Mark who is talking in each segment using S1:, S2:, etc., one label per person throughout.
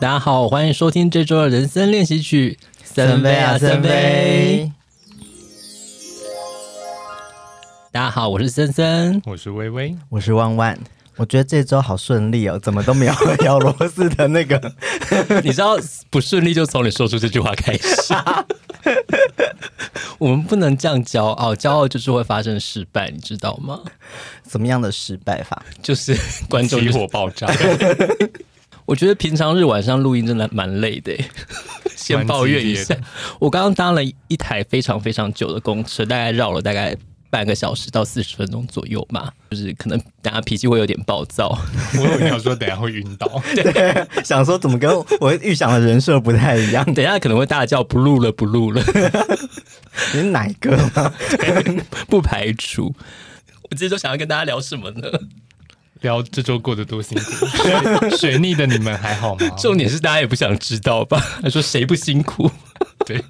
S1: 大家好，欢迎收听这周的人生练习曲，三杯啊三杯。！大家好，我是森森。
S2: 我是微微，
S3: 我是万万，我觉得这周好顺利哦，怎么都没有咬螺丝的 那个。
S1: 你知道不顺利就从你说出这句话开 始。我们不能这样骄傲，骄傲就是会发生失败，你知道吗？
S3: 怎么样的失败法？
S1: 就是 观众
S2: 起
S1: 就是
S2: 火爆炸，
S1: 我觉得平常日晚上录音真的蛮累的 欸，先抱怨一下
S2: 蛮激烈。
S1: 我刚刚搭了一台非常非常久的公车，大概绕了大概半个小时到四十分钟左右吧，就是可能大家脾气会有点暴躁。
S2: 我有要说等一下会晕倒，
S3: 想说怎么跟我预想的人设不太一样？
S1: 等一下可能会大叫不录了，不录了，
S3: 你是哪一个吗？
S1: 不排除。我这周想要跟大家聊什么呢？
S2: 聊这周过得多辛苦。 水水逆的你们还好吗？
S1: 重点是大家也不想知道吧？他说谁不辛苦？
S2: 对，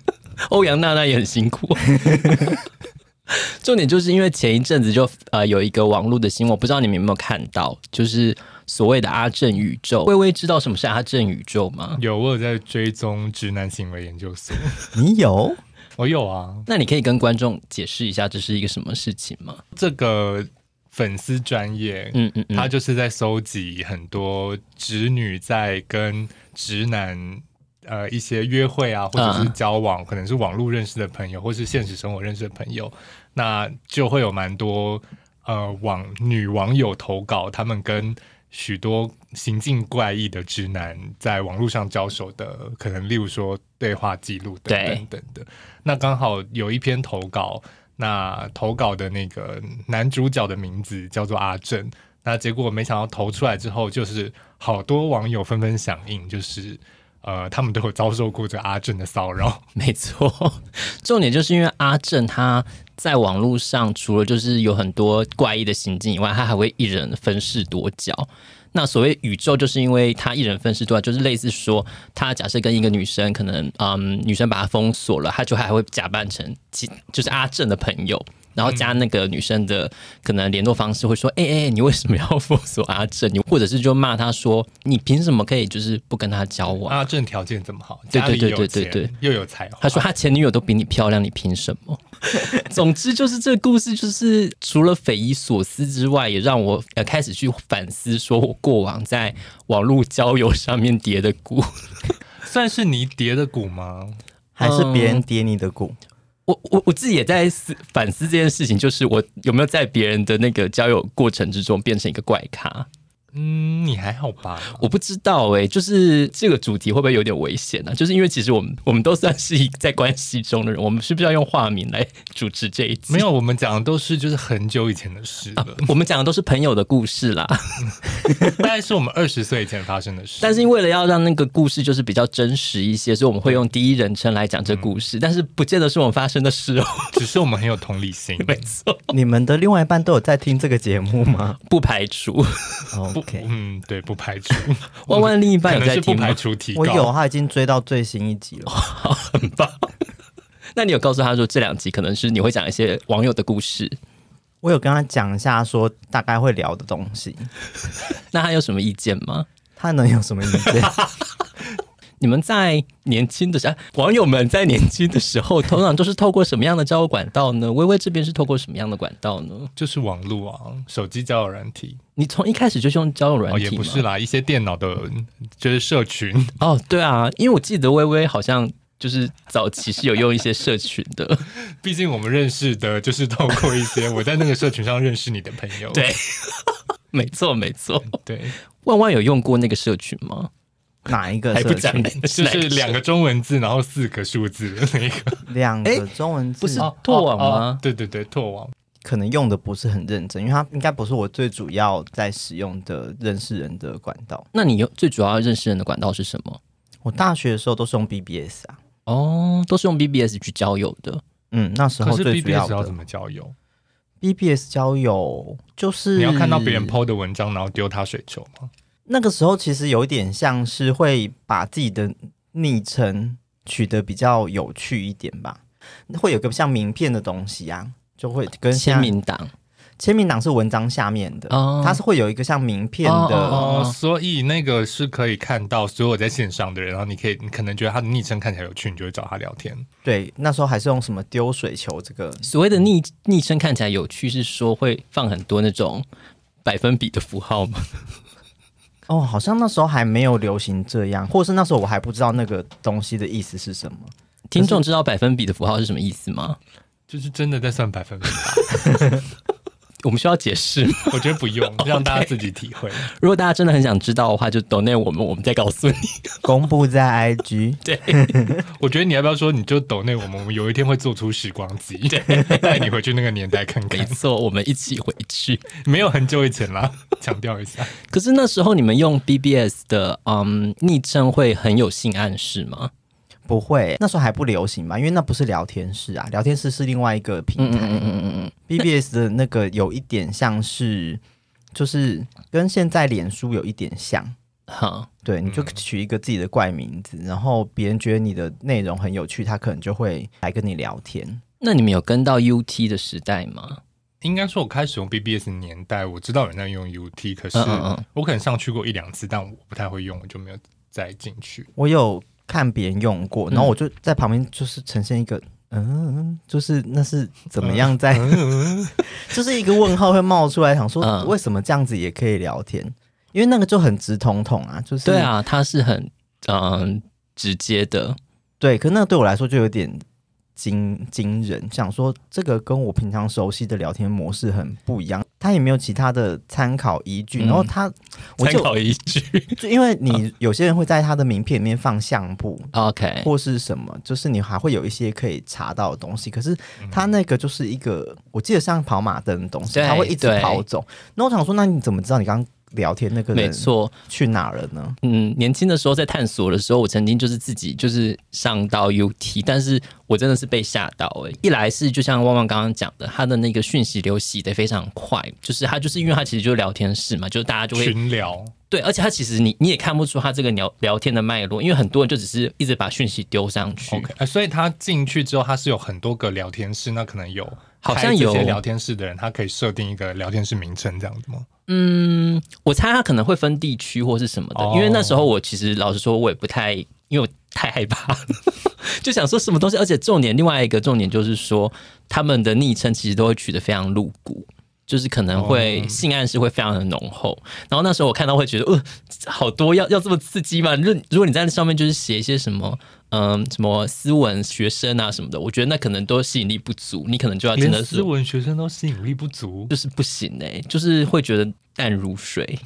S1: 欧阳娜娜也很辛苦。啊 重点就是因为前一阵子就呃有一个网络的新闻，我不知道你们有没有看到，就是所谓的阿正宇宙。微微知道什么是阿正宇宙吗？
S2: 有我有在追踪直男行为研究所，
S3: 你有？
S2: 我有啊。
S1: 那你可以跟观众解释一下这是一个什么事情吗？
S2: 这个粉丝专业，
S1: 嗯嗯嗯，
S2: 他就是在收集很多直女在跟直男。呃，一些约会啊，或
S1: 嗯
S2: 者是交往，可能是网络认识的朋友，或是现实生活认识的朋友，那就会有蛮多呃网女网友投稿，他们跟许多行径怪异的直男在网络上交手的，可能例如说对话记录等
S1: 对
S2: 等等的。那刚好有一篇投稿，那投稿的那个呃男主角的名字叫做阿正，那结果没想到投出来之后，就是好多网友纷纷响应，就是呃，他们都有遭受过这个阿正的 骚扰。
S1: 没错，重点就是因为阿正他在网络上除了就是有很多怪异的行径以外，他还会一人分饰多角。那所谓宇宙，就是因为他一人分饰多角，就是类似说，他假设跟一个女生，可能嗯，女生把他封锁了，他就还会假扮成其就是阿正的朋友，然后加那个女生的可能联络方式，会说，哎、哎、你为什么要 封锁阿正？你或者是就骂他说，你凭什么可以就是不跟他交往？
S2: 阿正条件这么好，
S1: 对
S2: 家里
S1: 对对
S2: 有
S1: 对对
S2: 钱
S1: 对
S2: 又有才华，
S1: 他说他前女友都比你漂亮，你凭什么？总之就是这个故事，就是除了匪夷所思之外，也让我呃开始去反思，说我过往在网络交友上面跌的谷。
S2: 算是你叠的鼓吗？
S3: 还是别人跌你的鼓？
S1: 我我我自己也在思反思这件事情，就是我有没有在别人的那个交友过程之中变成一个怪咖？
S2: 嗯，你还好吧？
S1: 我不知道诶、就是这个主题会不会有点危险呢、啊？就是因为其实我们我们都算是一在关系中的人，我们是不是要用化名来主持这一集？
S2: 没有，我们讲的都是就是很久以前的事了，
S1: 我们讲的都是朋友的故事啦。
S2: 大概是我们二十岁以前发生的事。
S1: 但是因为了要让那个故事就是比较真实一些，所以我们会用第一人称来讲这故事，但是不见得是我们发生的事哦。
S2: 只是我们很有同理心，
S1: 没错，
S3: 你们的另外一半都有在听这个节目吗
S1: 不排除
S2: 不
S3: ？OK，
S2: 嗯，对，不排除。
S1: 万万另一半
S2: 可
S1: 有
S2: 能
S1: 在
S2: 是不
S1: 听吗
S2: 排？除提高。
S3: 我有，他已经追到最新一集了。
S1: 很棒。那你有告诉他说这两集可能是你会讲一些网友的故事，
S3: 我有跟他讲一下，说大概会聊的东西，
S1: 那他有什么意见吗？
S3: 他能有什么意 见？
S1: 你们在年轻的时候，网友们在年轻的时候，通常都是透过什么样的交友管道呢？微微这边是透过什么样的管道呢？
S2: 就是网络啊，手机交友软体
S1: 你从一开始就是用交友软
S2: 哦，
S1: 体吗？
S2: 也不是啦，一些电脑的，就是社群，
S1: 哦，对啊，因为我记得微微好像就是早期是有用一些社群的，
S2: 毕竟我们认识的就是透过一些我在那个社群上认识你的朋友。
S1: 对，没错没错。
S2: 对，
S1: 万万有用过那个社群吗？
S3: 哪一个
S1: 还不
S3: 社
S1: 讲
S3: 群？
S2: 就
S1: 哪
S2: 是两个中文字，然后四个数字的那个
S3: 两个中文字
S1: 不是
S2: 哦
S1: 拓网吗
S2: 哦对对对，拓网。
S3: 可能用的不是很认真，因为它应该不是我最主要在使用的认识人的管道。
S1: 那你有最主要认识人的管道是什么？
S3: 我大学的时候都是用 BBS 啊，
S1: 哦，都是用 BBS 去交友的。
S3: 嗯，那时
S2: 可
S3: 候
S2: 是
S3: 最主
S2: BBS 要
S3: 的
S2: 怎么交友？
S3: BBS 交友就是
S2: 你要看到别
S1: 嗯
S2: 人 PO 的文章，然后丢他水球吗？
S3: 那个时候其实有点像是会把自己的昵称取得比较有趣一点吧，会有个像名片的东西啊，就会跟
S1: 签
S3: 现在
S1: 名档
S3: 签名档是文章下面的，
S1: 哦
S3: 它是会有一个像名片
S1: 哦
S3: 的，
S2: 哦，所以那个是可以看到所有在线上的人，然后你可以，你可能觉得他的昵称看起来有趣，你就会找他聊天。
S3: 对，那时候还是用什么丢水球这个，
S1: 所谓的昵昵称看起来有趣，是说会放很多那种百分比的符号 吗？
S3: 哦，好像那时候还没有流行这样，或者是那时候我还不知道那个东西的意思是什 么。
S1: 听众知道百分比的符号是什么意思吗？
S2: 就是真的在算 百分比吧，
S1: 我们需要解释吗。
S2: 我觉得不用，让大家自己体会。
S1: 如果大家真的很想知道的话，就 donate 我们，我们再告 诉你。
S3: 公布在 IG，
S2: 我觉得你要不要说，你就抖内我们，我们有一天会做出时光机，带你回去那个年代看
S1: 没
S2: 看。
S1: 错，我们一起回去。
S2: 没有很久以前啦，强调一下。
S1: 可是那时候你们用 BBS 的嗯昵称会很有性暗示吗？
S3: 不会，那时候还不流行嘛，因为那不是聊天室啊，聊天室是另外一个平台。
S1: 嗯嗯嗯嗯，
S3: BBS 的那个有一点像是，就是跟现在脸书有一点像。
S1: 好，
S3: 对，你
S1: 嗯
S3: 就取一个自己的怪名字，然后别人觉得你的内容很有趣，他可能就会来跟你聊天。
S1: 那你们有跟到 UT 的时代吗？
S2: 应该说，我开始用 BBS 的年代，我知道有人在用 UT，可是
S1: 嗯嗯嗯
S2: 我可能上去过一两次，但我不太会用，我就没有再进去。
S3: 我有看别人用过，
S1: 嗯
S3: 然后我就在旁边就是呈现一个。嗯，就是那是怎么样在， 就是一个问号会冒出来，想说
S1: 嗯
S3: 为什么这样子也可以聊天？因为那个就很直通通啊，就是
S1: 对，啊，它是很嗯直接的，
S3: 对。可是那个对我来说就有点惊惊人，想说这个跟我平常熟悉的聊天模式很不一样，他也没有其他的参考依据。
S1: 嗯
S3: 然后他，我
S1: 参
S3: 就
S1: 考嗯依据。
S3: 就因为你有些人会在他的名片里面放相簿，
S1: OK，
S3: 或是什么，就是你还会有一些可以查到的东西。可是
S1: 嗯
S3: 它那个就是一个，我记得像跑马灯的东西，
S1: 对
S3: 它会一直
S1: 对
S3: 跑走。那我想说，那你怎么知道你刚刚聊天那个
S1: 没
S3: 人
S1: 错，
S3: 去哪了呢？
S1: 嗯，年轻的时候在探索的时候，我曾经就是自己就是上到 UT，但是我真的是被吓到诶、一来是就像旺旺刚刚讲的，他的那个讯息流洗得非常快，就是他就是因为他其实就是聊天室嘛，就是大家就会
S2: 群聊，
S1: 对，而且他其实你你也看不出他这个聊聊天的脉络，因为很多人就只是一直把讯息丢上去。
S2: OK，、呃、所以他进去之后，他是有很多个聊天室，那可能有
S1: 好像
S2: 开这
S1: 有
S2: 些聊天室的人，他可以设定一个聊天室名称这样子吗？
S1: 嗯，我猜他可能会分地区或是什么的，
S2: 哦
S1: 因为那时候我其实老实说，我也不太，因为我太害怕了， 就想说什么东西。而且重点，另外一个重点就是说，他们的昵称其实都会取得非常露骨。就是可能会
S2: 哦
S1: 性暗示会非常的浓厚，然后那时候我看到会觉得，呃，好多要要这么刺激吗？如如果你在那上面就是写一些什么，嗯，什么斯文学生啊什么的，我觉得那可能都吸引力不足，你可能就要真
S2: 连
S1: 的
S2: 斯
S1: 是
S2: 文学生都吸引力不足，
S1: 就是不行哎、就是会觉得淡如水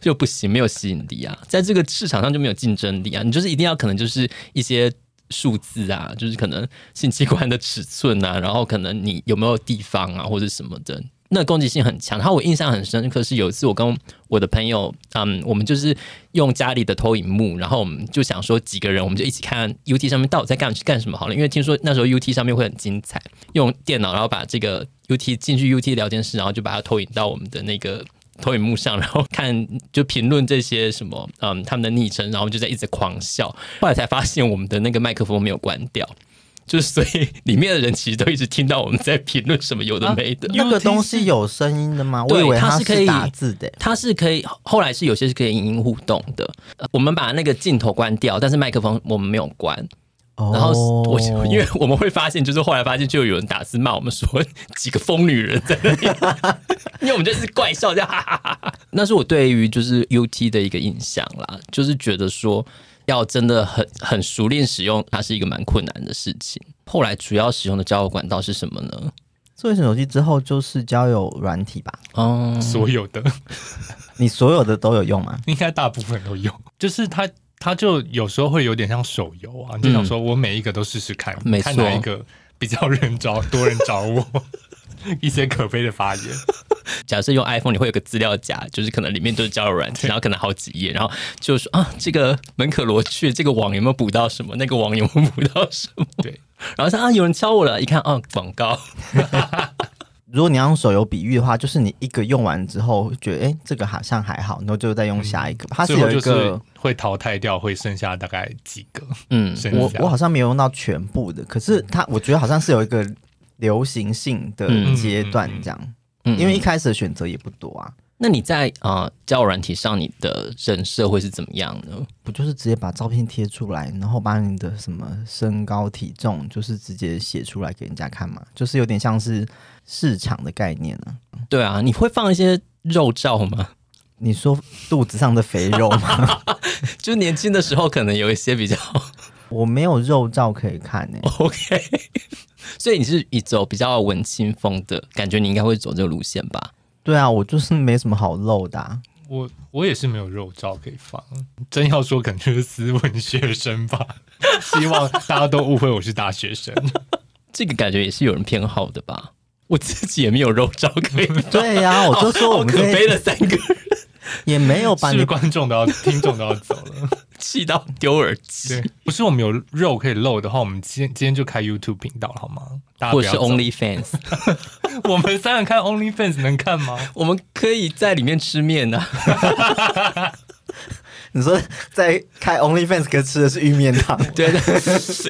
S1: 就不行，没有吸引力啊，在这个市场上就没有竞争力啊，你就是一定要可能就是一些。数字啊，就是可能性器官的尺寸啊，然后可能你有没有地方啊，或者什么的，那攻击性很强。然后我印象很深刻是有一次我跟我的朋友，嗯，我们就是用家里的投影幕，然后我们就想说几个人，我们就一起看 UT 上面到底在干干什么好了，因为听说那时候 UT 上面会很精彩。用电脑，然后把这个 UT 进去 UT 聊天室，然后就把它投影到我们的那个投影幕上，然后看就评论这些什么嗯他们的昵称，然后就在一直狂笑。后来才发现我们的那个麦克风没有关掉。就是，所以里面的人其实都一直听到我们在评论什么有的没的。
S3: 啊那个东西有声音的吗？我
S1: 对
S3: 以为
S1: 它
S3: 它
S1: 是可以
S3: 打字的、欸
S1: 它是可以，后来是有些是可以影音互动的。呃我们把那个镜头关掉，但是麦克风我们没有关。
S3: 哦
S1: 然后我 因为我们会发现，就是后来发现就有人打字骂我们说几个疯女人在那里， 因为我们就是怪笑这样哈哈哈哈。 那是我对于就是 UT 的一个印象啦，就是觉得说要真的很很熟练使用，它是一个蛮困难的事情。后来主要使用的交友管道是什么呢？
S3: 智慧型手机之后就是交友软体吧，
S1: 哦，
S2: 所有的
S3: 你所有的都有用吗？
S2: 应该大部分都有，就是他。他就有时候会有点像手游啊，你就想说我每一个都试试看，
S1: 没
S2: 看
S1: 错
S2: 哪一个比较人找多人找我， 一些可悲的发言。
S1: 假设用 iPhone，你会有个资料夹，就是可能里面都是交友软件，然后可能好几页，然后就说啊，这个门可罗雀，这个网有没有补到什么？那个网有没有补到什么？
S2: 对，
S1: 然后说啊，有人敲我了，一看啊，广告，
S3: 如果你要用手游比喻的话，就是你一个用完之后觉得哎、诶这个好像还好，然后就再用下一个。它是
S2: 最后
S3: 有
S2: 就
S3: 一
S2: 是
S3: 个
S2: 会淘汰掉，会剩下大概几个。
S1: 嗯，
S2: 剩
S3: 我
S2: 下
S3: 我好像没有用到全部的，可是它我觉得好像是有一个流行性的
S1: 嗯
S3: 阶段
S2: 嗯嗯嗯
S3: 这样。
S1: 嗯
S3: 因为一开始的选择也不多啊，
S1: 那你在啊、呃交友软体上，你的人设会是怎么样呢？
S3: 不就是直接把照片贴出来，然后把你的什么身高体重就是直接写出来给人家看嘛，就是有点像是市场的概念啊。
S1: 对啊，你会放一些肉照吗？
S3: 你说肚子上的肥肉吗？
S1: 就年轻的时候可能有一些比较
S3: 我没有肉照可以看欸
S1: 哦
S3: 呢、
S1: OK，所以你是以走比较文青风的感觉，你应该会走这个路线吧？
S3: 对啊，我就是没什么好露的、啊。
S2: 我我也是没有肉照可以放，真要说可能就是斯文学 生吧。希望大家都误会我是大学生。
S1: 这个感觉也是有人偏好的吧？我自己也没有肉照可 以放，
S3: 对呀、我就说我
S1: 好
S3: 们
S1: 可
S3: 这
S1: 悲
S3: 一
S1: 的三个人，
S3: 也没有把
S2: 是
S3: 你
S2: 观众都要，听众都要走 了。
S1: 气到丢耳机
S2: 对，，不是我们有肉可以露的话，我们今天今天就开 YouTube 频道了好吗？大家
S1: 或
S2: 不
S1: 是
S2: 要
S1: Only Fans，
S2: 走我们三人看 OnlyFans 能看吗？
S1: 我们可以在里面吃面的、啊，
S3: 你说在开 OnlyFans 可吃的是玉面汤，
S1: 对对，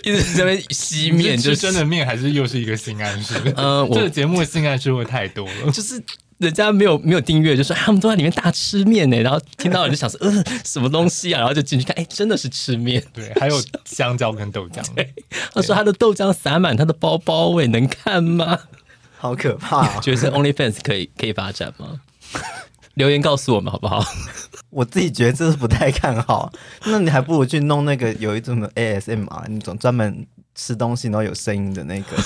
S1: 一直在那边吸面，
S2: 你
S1: 就是
S2: 吃真的面还是又是一个性暗示？
S1: 呃我
S2: 这个节目的性暗示会太多了。
S1: 就是人家没有没有订阅，就说、啊、他们都在里面大吃 面呢，然后听到人就想说，呃，什么东西啊，然后就进去看，哎、真的是吃面。
S2: 对，还有香蕉跟豆浆，
S1: 他说他的豆浆洒满他的包包，我也能看吗？
S3: 好可怕、哦！
S1: 觉得 OnlyFans 可以可以发展 吗？留言告诉我们好不好？
S3: 我自己觉得这是不太看好。那你还不如去弄那个有一种的 ASMR，那种专门吃东西然后有声音的那个。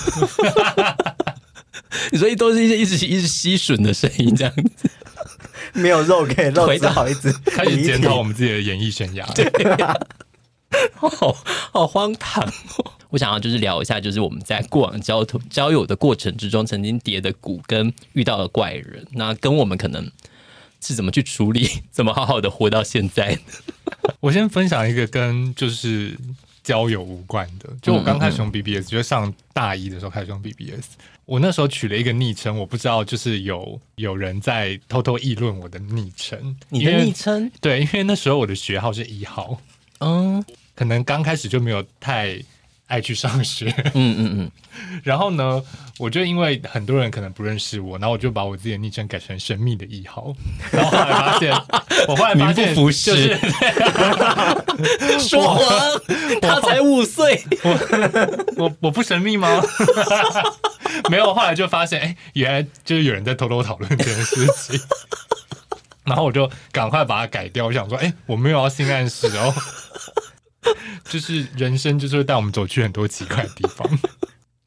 S1: 你说都是一些一直一直吸吮的声音这样 子，
S3: 没有肉可以露，
S1: 回
S3: 只
S1: 到
S3: 好一直
S2: 开始 检讨我
S3: 们。
S2: 们自己的演艺生涯。
S1: 好好荒唐哦！我想要就是聊一下，就是我们在过往交头交友的过程之中，曾经跌的谷跟遇到的怪人，那跟我们可能是怎么去处理，怎么好好的活到现在呢？
S2: 我先分享一个跟就是交友无关的，就我刚开始
S1: 嗯
S2: 用 BBS，、就上大一的时候开始用 BBS。我那时候取了一个昵称，我不知道就是有有人在偷偷议论我的昵称。
S1: 你
S2: 因
S1: 的
S2: 为
S1: 昵称，
S2: 对，因为那时候我的学号是一号，
S1: 嗯
S2: 可能刚开始就没有太爱去上学。
S1: 嗯嗯嗯，
S2: 然后呢，我就因为很多人可能不认识我，然后我就把我自己的昵称改成神秘的一号。然后后来发现，我后来发现
S1: 名不符
S2: 就
S1: 实
S2: 是
S1: 说谎，他才五岁，
S2: 我我不神秘吗？ 没有，后来就发现，哎、原来就是有人在偷偷讨论这件事情。 然后我就赶快把它改掉，我想说，哎、我没有要性暗示哦。 就是人生就是会带我们走去很多奇怪的地方。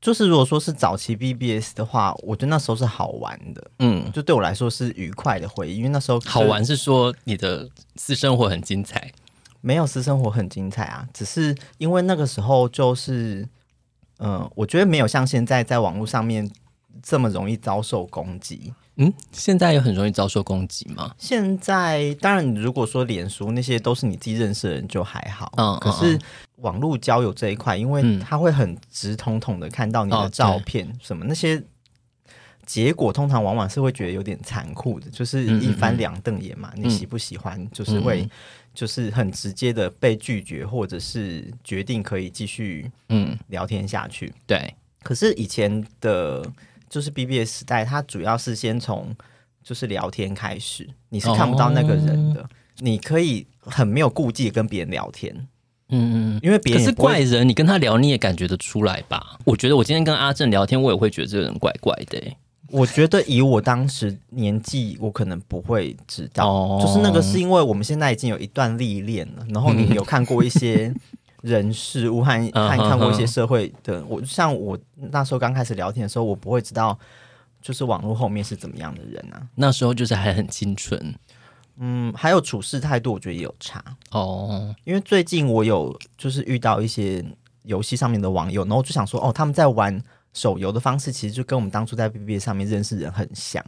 S3: 就是如果说是早期 BBS 的话，我觉得那时候是好玩的，
S1: 嗯。
S3: 就对我来说是愉快的回忆，因为那时候
S1: 好玩是说你的私生活很精彩，
S3: 没有私生活很精彩啊，只是因为那个时候就是，嗯、我觉得没有像现在在网络上面这么容易遭受攻击。
S1: 嗯，现在也很容易遭受攻击吗？
S3: 现在当然，如果说脸书那些都是你自己认识的人就还好，
S1: 嗯
S3: 可是网络交友这一块，因为
S1: 嗯
S3: 他会很直筒筒的看到你
S1: 哦
S3: 的
S1: 对
S3: 照片、什么那些。结果通常往往是会觉得有点残酷的，就是
S1: 嗯嗯
S3: 一翻两瞪眼嘛，
S1: 嗯
S3: 你喜不喜欢，就是会
S1: 嗯
S3: 就是很直接的被拒绝，或者是决定可以继续
S1: 嗯，
S3: 聊天下去。
S1: 对，
S3: 可是以前的，就是 BBS 时代，它主要是先从就是聊天开始，你是看不到那个人的，
S1: 哦
S3: 你可以很没有顾忌地跟别人聊天，
S1: 嗯嗯。
S3: 因为别
S1: 可
S3: 人也
S1: 是
S3: 不会
S1: 怪人，你跟他聊你也感觉得出来吧？我觉得我今天跟阿正聊天，我也会觉得这个人怪怪的、欸。
S3: 我觉得以我当时年纪，我可能不会知道，
S1: 哦
S3: 就是那个是因为我们现在已经有一段历练了，然后你有看过一些 人事物和
S1: 嗯
S3: 和
S1: 哼
S3: 看过一些社会的，我像我那时候刚开始聊天的时候，我不会知道就是网络后面是怎么样的人啊，
S1: 那时候就是还很清纯
S3: 嗯，还有处事态度，我觉得也有差，
S1: 哦，
S3: 因为最近我有就是遇到一些游戏上面的网友，然后就想说，哦，他们在玩手游的方式，其实就跟我们当初在 B B 上面认识人很像。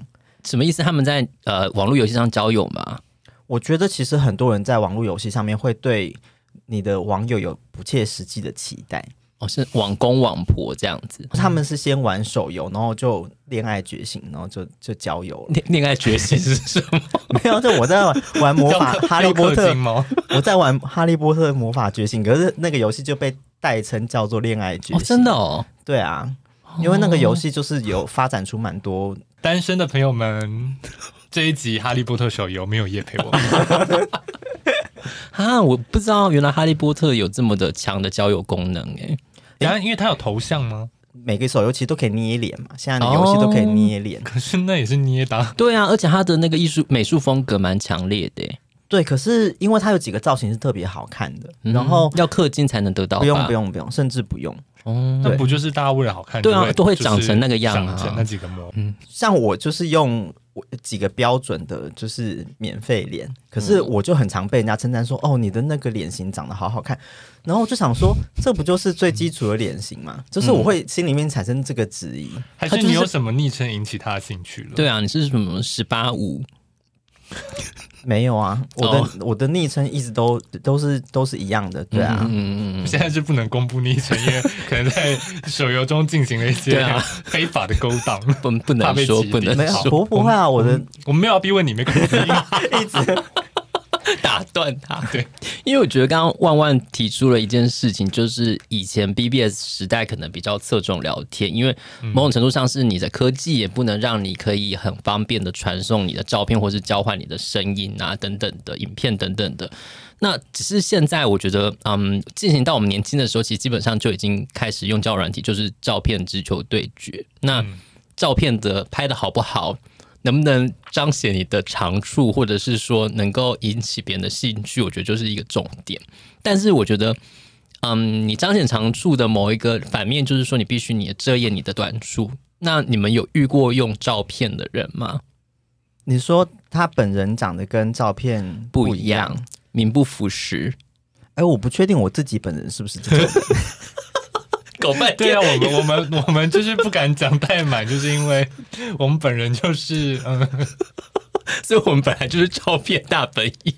S1: 什么意思？他们在呃网络游戏上交友嘛？
S3: 我觉得其实很多人在网络游戏上面会对你的网友有不切实际的期待，
S1: 哦，是网公网婆这样子，
S3: 他
S2: 嗯
S3: 们是先玩手游，然后就恋爱觉醒，然后就就交友了。
S1: 恋 恋爱觉醒是什么？
S3: 没有，就我在玩玩魔法
S2: 要氪
S3: 哈利波
S2: 要氪
S3: 特
S2: 金，吗？
S3: 我在玩哈利波特魔法觉醒，可是那个游戏就被代称 叫做恋爱觉醒。
S1: 哦，真的哦，哦
S3: 对啊，因为那个游戏就是有发展出蛮多
S2: 单身的朋友们，这一集《哈利波特》手游没有夜陪 我们，
S1: 啊，我不知道原来哈利波特有这么的强的交友功能欸诶。
S2: 然后因为它有头像吗？
S3: 每个手游其实都可以捏脸嘛，现在的游戏都可以捏脸。
S1: 哦
S2: 可是那也是捏的啊，
S1: 对啊，而且他的那个艺术美术风格蛮强烈的欸耶，
S3: 对，可是因为它有几个造型是特别好看的，
S1: 嗯
S3: 然后
S1: 要氪金才能得到吧，
S3: 哦不用不用不用，甚至不用。
S1: 哦，
S2: 那不就是大家为了好看，
S1: 对啊
S2: 都
S1: 都会长成那个样啊
S2: 长成那几个模。
S3: 像我就是用我几个标准的，就是免费脸，可是
S1: 嗯
S3: 我就很常被人家称赞说：“哦，你的那个脸型长得好好看。”然后我就想说，这不就是最基础的脸型吗？
S1: 嗯
S3: 就是我会心里面产生这个质疑。
S2: 还
S1: 它
S2: 是
S1: 啊就是
S2: 你有什么昵称引起他的兴趣了？
S1: 对啊，你是什么十八五？
S3: 没有啊，我
S1: 哦
S3: 的、我的昵称一直都都是都是一样的，对啊。
S1: 嗯嗯嗯，
S2: 现在是不能公布昵称， 因为可能在手游中进行了一
S1: 对
S2: 些
S1: 啊
S2: 非法的勾当。
S1: 不不
S2: 怕
S1: 能
S2: 被
S1: 说
S2: 起
S1: 不
S2: 底
S1: 能
S3: 没有
S1: 嗯说，
S3: 不不会啊，我的
S2: 我们没有要逼问你，没关 系。
S3: 一直
S1: 打断他。
S2: 对，
S1: 因为我觉得刚刚万万提出了一件事情，就是以前 BBS 时代可能比较侧重聊天，因为
S2: 嗯
S1: 某种程度上是你的科技也不能让你可以很方便的传送你的照片，或是交换你的声音啊等等的影片等等的。那只是现在我觉得，嗯，进行到我们年轻的时候，其实基本上就已经开始用交友软体，就是照片直球对决。那、
S2: 嗯
S1: 照片的拍的好不好，能不能彰显你的长处，或者是说能够引起别人的兴趣，我觉得就是一个重点。但是我觉得，嗯，你彰显长处的某一个反面，就是说你必须你遮掩你的短处。那你们有遇过用照片的人吗？
S3: 你说他本人长得跟照片
S1: 不
S3: 一
S1: 一样，名不符实，
S3: 哎，我不确定我自己本人是不是这 种人，
S1: 狗半
S2: 对
S1: 天
S2: 啊， 我们我们我们就是不敢讲太满，就是因为 我们本人就是嗯，
S1: 所以我们本来就是照片大本营。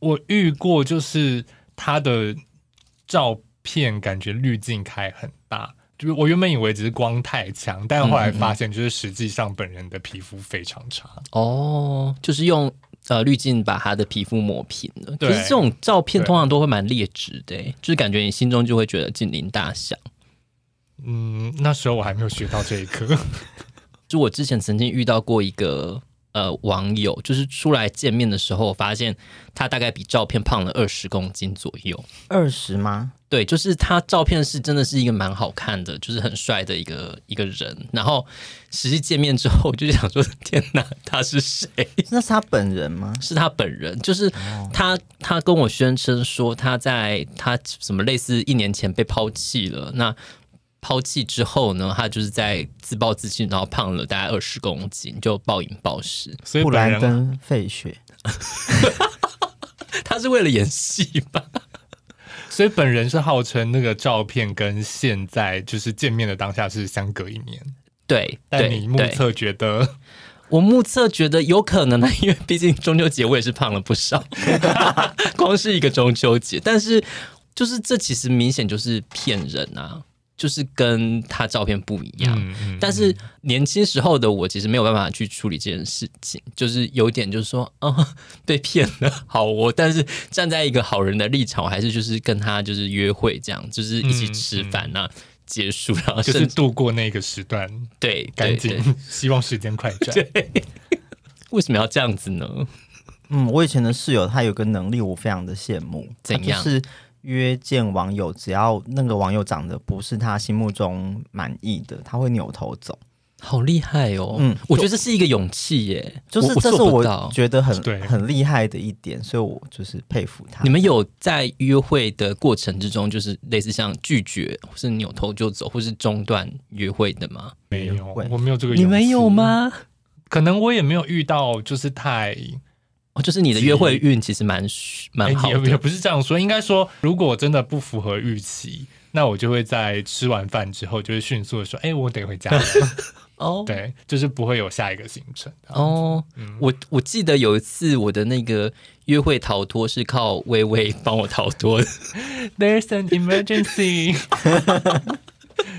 S2: 我遇过就是他的照片感觉滤镜开很大。就是我原本以为只是光太强，但后来发现就是实际上本人的皮肤非常差。
S1: 哦，就是用呃滤镜把他的皮肤磨平了。其
S2: 对
S1: 实这种照片
S2: 对
S1: 通常都会蛮劣质的欸，就是感觉你心中就会觉得近邻大小。
S2: 嗯，那时候我还没有学到这一课。
S1: 就我之前曾经遇到过一个呃网友，就是出来见面的时候，我发现他大概比照片胖了二十公斤左右。
S3: 二 十吗？
S1: 对，就是他照片是真的是一个蛮好看的，就是很帅的一个一个人。然后实际见面之后，我就想说： 天哪，他是谁？
S3: 那是他本人吗？
S1: 是他本人，就是
S2: 哦
S1: 他，他跟我宣称说他在他什么类似一年前被抛弃了，那抛弃之后呢，他就是在自暴自弃，然后胖了大概二十公斤，就暴饮暴食。
S2: 所以
S3: 布
S2: 本
S3: 兰
S1: 啊
S2: 人
S3: 登·费雪，
S1: 他是为了演戏吧？
S2: 所以本人是号称那个照片跟现在就是见面的当下是相隔一年，
S1: 对，
S2: 但
S1: 对
S2: 你目，
S1: 对
S2: 测觉得
S1: 我目测觉得有可能呢，啊因为毕竟中秋节我也是胖了不少， 光是一个中秋节，但是就是这其实明显就是骗人啊，就是跟他照片不一样。
S2: 嗯嗯
S1: 但是年轻时候的我其实没有办法去处理这件事情，就是有点就是说， 哦，被骗了，好我、但是站在一个好人的立场，我还是就是跟他就是约会这样，就是一起吃饭啊，结束，然后
S2: 就
S1: 甚
S2: 是
S1: 至、
S2: 度过那个时段，
S1: 对
S2: 赶
S1: 对
S2: 紧
S1: 对，，
S2: 希望时间快转。
S1: 为什么要这样子呢？
S3: 嗯，我以前的室友他有个能力，我非常的羡慕，
S1: 怎样
S3: 他就是约见网友，只要那个网友长得不是他心目中满意的，他会扭头走。
S1: 好厉害哦！
S3: 嗯
S1: 我觉得这是一个勇气耶，
S3: 就是
S1: 我
S3: 这
S1: 我
S3: 是
S1: 做不
S3: 我
S1: 到
S3: 觉得很
S2: 对
S3: 很厉害的一点，所以我就是佩服他。
S1: 你们有在约会的过程之中，就是类似像拒绝，或是扭头就走，或是中断约会的吗？
S2: 没有
S3: 会，
S2: 我没有这个，
S1: 你们有？吗？
S2: 可能我也没有遇到，就是太，
S1: 哦，就是你的约会运其实蛮蛮好
S2: 哎也也
S1: 的，
S2: 不是这样说，应该说，如果真的不符合预期，那我就会在吃完饭之后，就会迅速的说，哎、我得回 家了。
S1: 哦
S2: 对，嗯就是不会有下一个行程。
S1: 哦，我我记得有一次我的那个约会逃脱是靠微微帮我逃脱 的，
S2: There's an emergency，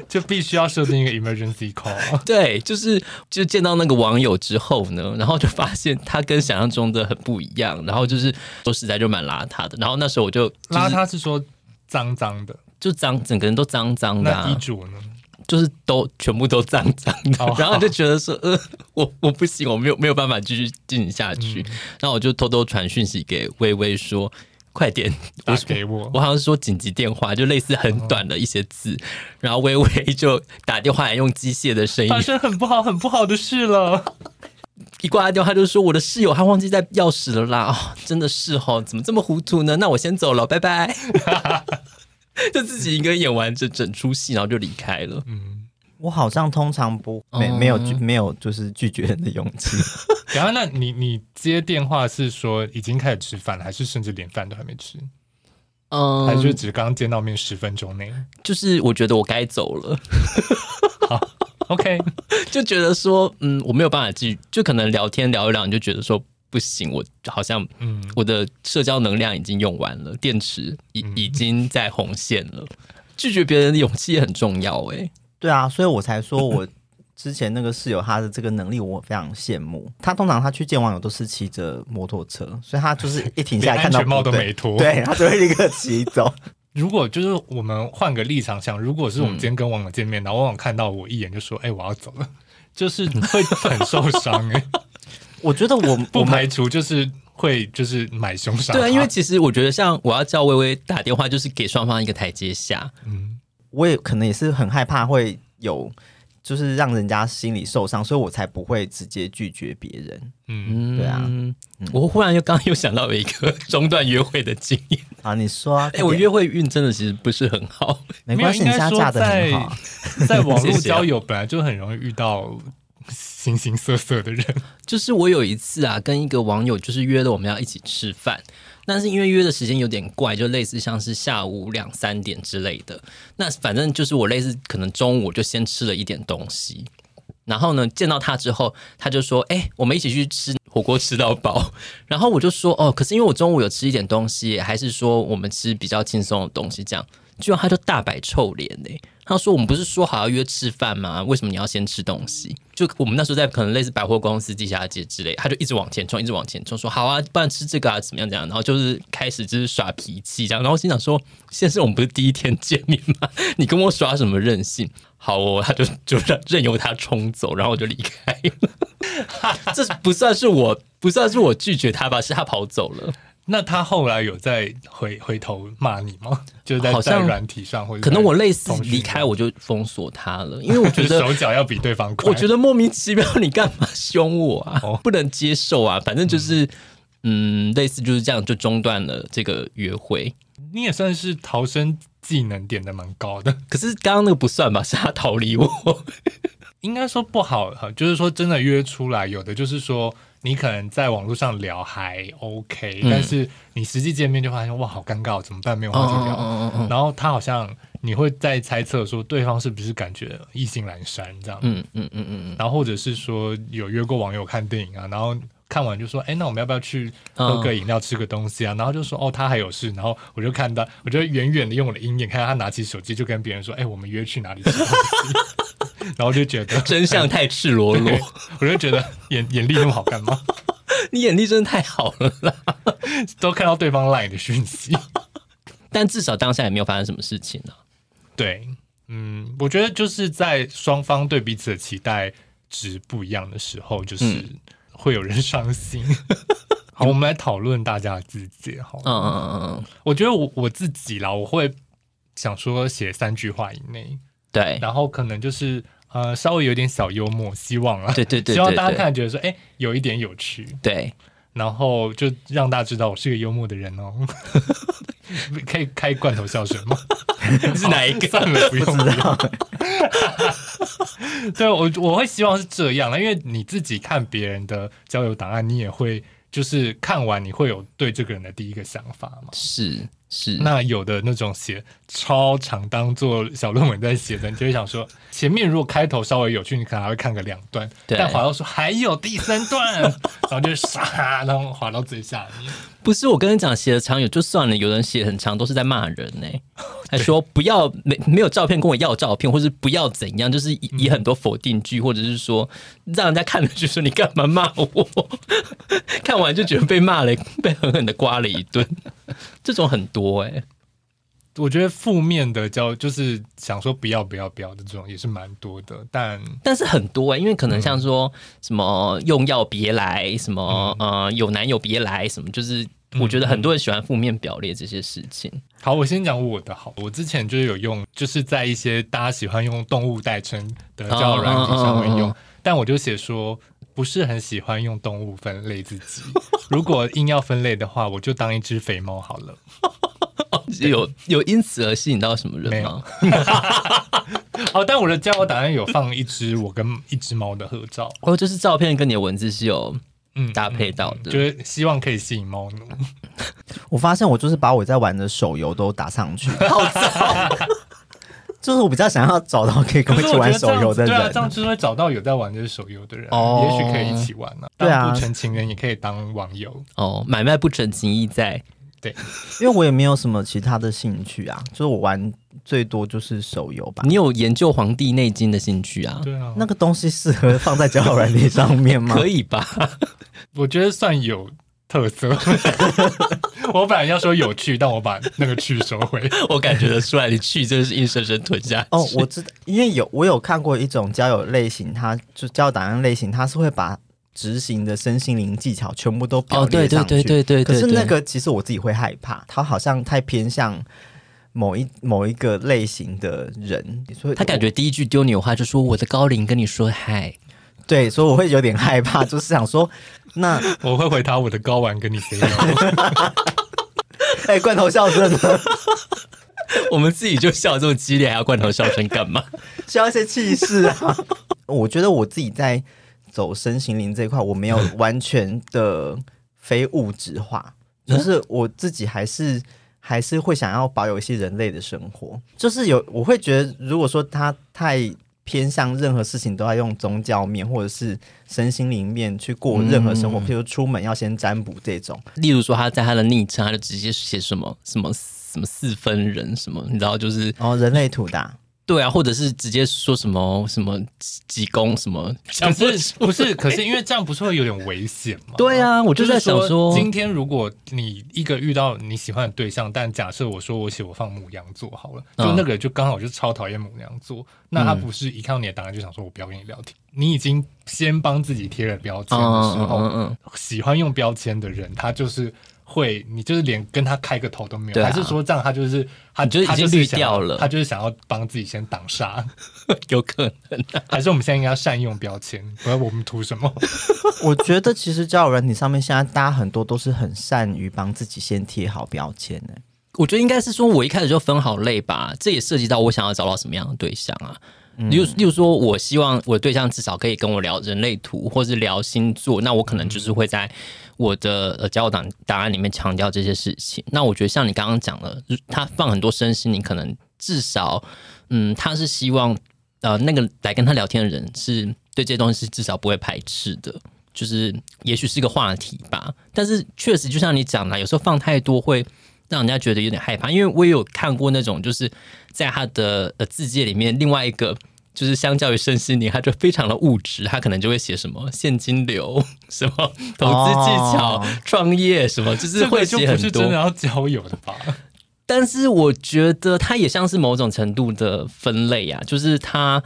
S2: 就必须要设定一个 emergency call。
S1: 对，就是就见到那个网友之后呢，然后就发现他跟想象中的很不一样，然后就是说实在就蛮邋遢的，然后那时候我就、就是、
S2: 邋遢是说脏脏的，
S1: 就脏，整个人都脏脏的、
S2: 那衣
S1: 啊，
S2: 着呢？
S1: 就是都全部都脏脏的，
S2: 哦
S1: 然后就觉得说，呃，我我不行，我没有没有办法继续进行下去，
S2: 嗯
S1: 然后我就偷偷传讯息给微微说，快点，
S2: 打
S1: 我
S2: 给我
S1: 我好像是说紧急电话，就类似很短的一些字，
S2: 哦
S1: 然后微微就打电话来，用机械的声音
S2: 发生很不好很不好的事了。
S1: 一挂电话就说我的室友他忘记带钥匙了啦，哦，真的是哦，怎么这么糊涂呢？那我先走了，拜 拜。就自己一个人演完这整出戏，然后就离开了。
S2: 嗯，
S3: 我好像通常不没
S1: 哦
S3: 没有拒没有就是拒绝人的勇气。
S2: 然后那你你接电话是说已经开始吃饭了，还是甚至连饭都还没吃，
S1: 嗯，
S2: 还是只刚见到面十分钟内
S1: 就是我觉得我该走了，
S2: ？OK，
S1: 就觉得说，嗯，我没有办法继续，就可能聊天聊一聊，你就觉得说不行，我好像
S2: 嗯，
S1: 我的社交能量已经用完了，电池已已经在红线了。拒绝别人的勇气也很重要哎、
S3: 对啊，所以我才说我之前那个室友他的这个能力我非常羡慕。他通常他去见网友都是骑着摩托车，所以他就是一停下来
S2: 连安
S3: 看到
S2: 全帽
S3: 不
S2: 都
S3: 对
S2: 没脱。
S3: 对他就会立刻骑 走。
S2: 如果就是我们换个立场想，如果是我们今天跟网友见面，然后网友看到我一眼就说：“哎、我要走了。”就是会很受伤哎、
S3: 我觉得我
S2: 不
S3: 我们
S2: 排除就是会就是买凶杀。
S1: 对啊，因为其实我觉得，像我要叫微微打电话，就是给双方一个台阶下。
S2: 嗯，
S3: 我也可能也是很害怕会有。就是让人家心里受伤，所以我才不会直接拒绝别人。
S2: 嗯，
S1: 嗯，
S3: 对啊
S1: 我忽然又刚刚又想到一个 中断约会的经验。
S3: 好，你说啊，
S1: 哎、我
S3: 快点
S1: 约会运真的其实不是很好。
S3: 没关系，你
S2: 没有
S3: 现在嫁的很
S2: 应该
S3: 好
S2: 说。嗯在网络
S1: 谢谢啊
S2: 交友本来就很容易遇到形形色色的人，
S1: 就是我有一次啊，跟一个网友就是约了我们要一起吃饭，但是因为约的时间有点怪，就类似像是下午两三点之类的。那反正就是我类似可能中午我就先吃了一点东西，然后呢见到他之后，他就说：“哎、我们一起去吃火锅吃到饱。”然后我就说：“哦，可是因为我中午有吃一点东西，还是说我们吃比较轻松的东西这样。”居然他就大摆臭脸呢、他说：“我们不是说好要约吃饭吗？为什么你要先吃东西？”就我们那时候在可能类似百货公司、地下街之类，他就一直往前冲，一直往前冲，说：“好啊，不然吃这个啊，怎么样怎么样？”然后就是开始就是耍脾气这样。然后我心想说：“先生，我们不是第一天见面吗？ 你跟我耍什么任性？”好哦，他就就让任由他冲走，然后我就离开了。 这不算是我，不算是我拒绝他吧，是他跑走了。
S2: 那他后来有再回回头骂你吗？就是在
S1: 好
S2: 在
S1: 像
S2: 软体上，或者
S1: 可能我类似
S2: 通讯
S1: 离开，我就封锁他了，因为我 觉得
S2: 手脚要比对方快。
S1: 我觉得莫名其妙，你干嘛凶我啊？
S2: 哦
S1: 不能接受啊！反正就是，嗯类似就是这样，就中断了这个约会。
S2: 你也算是逃生技能点的蛮高的。
S1: 可是刚刚那个不算吧？是他逃离我。
S2: 应该说不好，呃就是说真的约出来，有的就是说你可能在网络上聊还 OK，、
S1: 嗯
S2: 但是你实际见面就发现哇好尴尬，怎么办？没有话题聊。
S1: 嗯嗯
S2: 然后他好像你会在猜测说对方是不是感觉意兴阑珊这样，
S1: 嗯嗯嗯嗯
S2: 然后或者是说有约过网友看电影啊，然后。看完就说，哎、那我们要不要去
S1: 嗯
S2: 喝个饮料、吃个东西啊？然后就说，哦，他还有事。然后我就看到，我就远远的用我的鹰眼看到他拿起手机，就跟别人说，哎、我们约去哪里吃东西？ 然后就觉 得
S1: 嗯，真相太赤裸裸
S2: 对，我就觉得眼眼力那么好干嘛？
S1: 你眼力真的太好了啦！
S2: 都看到对方 LINE 的讯息。
S1: 但至少当下也没有发生什么事情啊。
S2: 对，嗯，我觉得就是在双方对彼此的期待值不一样的时候，就是
S1: 嗯
S2: 会有人伤心。 好，我们来讨论大家的字节好了
S1: 嗯嗯嗯嗯嗯，
S2: 我觉得我我自己啦，我会想说写三句话以内，
S1: 对
S2: 然后可能就是呃稍微有点小幽默，希望啊，
S1: 对对对
S2: 希望
S1: 对
S2: 大家
S1: 对
S2: 看觉得说，哎，有一点有趣。
S1: 对，
S2: 然后就让大家知道我是个幽默的人哦。 可以开罐头笑声吗？
S1: 是哪一个？
S2: 算了，不用不用。对我我会希望是这样啦，因为你自己看别人的交友档案，你也会就是看完你会有对这个人的第一个想法嘛。
S1: 是是，
S2: 那有的那种写超长当做小论文在写的，你就会想说，前面如果开头稍微有趣，你可能还会看个两段，
S1: 对
S2: 但滑到说还有第三段，然后就唰，然后滑到最下面。
S1: 不是我跟你讲，写的长也就算了，有人写很长都是在骂人呢、还说不要没没有照片跟我要照片，或是不要怎样，就是以以很多否定句，或者是说让人家看了就说你干嘛骂我， 看 完就觉得被骂了，被狠狠的刮了一顿，这种很多哎、
S2: 我觉得负面的交就是想说不要不要不要的这种也是蛮多的，但
S1: 但是很多、欸，因为可能像说什么用药别来，什么、呃有男友别来，什么就是。我觉得很多人喜欢负面表列这些事情，
S2: 好，我先讲我的好。我之前就是有用，就是在一些大家喜欢用动物代称的交友软体上面用，
S1: 嗯嗯嗯嗯
S2: 但我就写说不是很喜欢用动物分类自己。 如果硬要分类的话，我就当一只肥猫好了。
S1: 有有因此而吸引到什么人吗？
S2: 哦，但我的交友档案有放一只我跟一只猫的合照，
S1: 哦，就是照片跟你的文字是有
S2: 嗯，
S1: 搭配到的。
S2: 就是希望可以吸引猫奴。
S3: 我发现我就是把我在玩的手游都打上 去，好糟。 就是我比较想要找到 可以跟
S2: 可
S3: 我一
S2: 是
S3: 起
S2: 我觉
S3: 玩
S2: 得这
S3: 手
S2: 样
S3: 游
S2: 子，
S3: 的
S2: 对啊，这
S3: 人
S2: 样，就会找到有在玩这手游的人，
S1: 哦
S2: 也许可以一起玩呢、
S3: 对啊
S2: 当不成情人也可以当网友。
S1: 哦，买卖不成情义在。
S3: 因为我也没有什么其他的兴趣啊，就是我玩最多就是手游吧。
S1: 你有研究《黄帝内经》的兴趣啊？
S2: 对啊，
S3: 那个东西适合放在交友软体上面 吗？
S1: 可以吧？
S2: 我觉得算有特色。 我本来要说有趣，但我把那个趣收回。
S1: 我感觉得出来，你去真是硬生生吞下去。
S3: 哦，我知道，因为有我有看过一种交友类型，它就交友档案类型，它是会把执行的身心灵技巧全部都表
S1: 哦，
S3: 列
S1: 对
S3: 上
S1: 对
S3: 去。
S1: 对对对对。
S3: 可是
S1: 对
S3: 那个其实我自己会害怕，它好像太偏向某一某一个类型的人，所以
S1: 他感
S3: 我
S1: 觉第一句丢你的话就说我的高龄跟你说嗨，
S3: 对，所以我会有点害怕，就是想说，那
S2: 我会回答我的睾丸跟你 say no。
S3: 哎、罐头笑声呢，
S1: 我们自己就笑这么激烈，还要罐头笑声干嘛？
S3: 需要一些气势啊。 我觉得我自己在走身心灵这一块，我没有完全的非物质化，就是我自己还是。还是会想要保有一些人类的生活，就是有我会觉得，如果说他太偏向任何事情都要用宗教面或者是身心灵面去过任何生活，譬如出门要先占卜这种，
S1: 例如说他在他的昵称，他就直接写什么什么什么四分人什么，你知道就是
S3: 然后人 类图的啊、
S1: 对啊，或者是直接说什么什么几几公什么，
S2: 可
S1: 讲不
S2: 是不是？可是因为这样不是会有点危险吗？
S1: 对啊，我就在想
S2: 就是
S1: 说，
S2: 今天如果你一个遇到你喜欢的对象，但假设我说我喜我放母羊座好了，就
S1: 嗯
S2: 那个人就刚好就超讨厌母羊座，那他不是一看到你的答案就想说我不要跟你聊天，你已经先帮自己贴了标签的时候，
S1: 嗯嗯嗯
S2: 喜欢用标签的人，他就是。会，你就是连跟他开个头都没有，
S1: 对啊
S2: 还是说这样他就是他
S1: 你就已经
S2: 他就是
S1: 滤
S2: 想
S1: 掉
S2: 要
S1: 了
S2: 他就是想要帮自己先挡杀，
S1: 有可能
S2: 还是我们现在应该要善用标签？不要我们 图什么？
S3: 我觉得其实交友软体上面现在大家很多都是很善于帮自己先贴好标签的、
S1: 我觉得应该是说，我一开始就分好类吧，这也涉及到我想要找到什么样的对象啊。例如，例如说，我希望我的对象至少可以跟我聊人类图，或是聊星座，那我可能就是会在我的呃交友档档案里面强调这些事情。那我觉得像你刚刚讲的，就是他放很多身心，你可能至少，嗯，他是希望呃那个来跟他聊天的人是对这些东西是至少不会排斥的。就是也许是一个话题吧，但是确实就像你讲的，有时候放太多会让人家觉得有点害怕。因为我也有看过那种，就是在他的呃字界里面，另外一个就是相较于身心灵，他就非常的物质，他可能就会写什么现金流、什么投资技巧、
S3: 哦
S1: 创业什么，就是
S2: 这
S1: 会
S2: 个就
S1: 写
S2: 不是
S1: 很
S2: 真的
S1: 多。
S2: 要交友的吧？
S1: 但是我觉得它也像是某种程度的分类啊，就是它。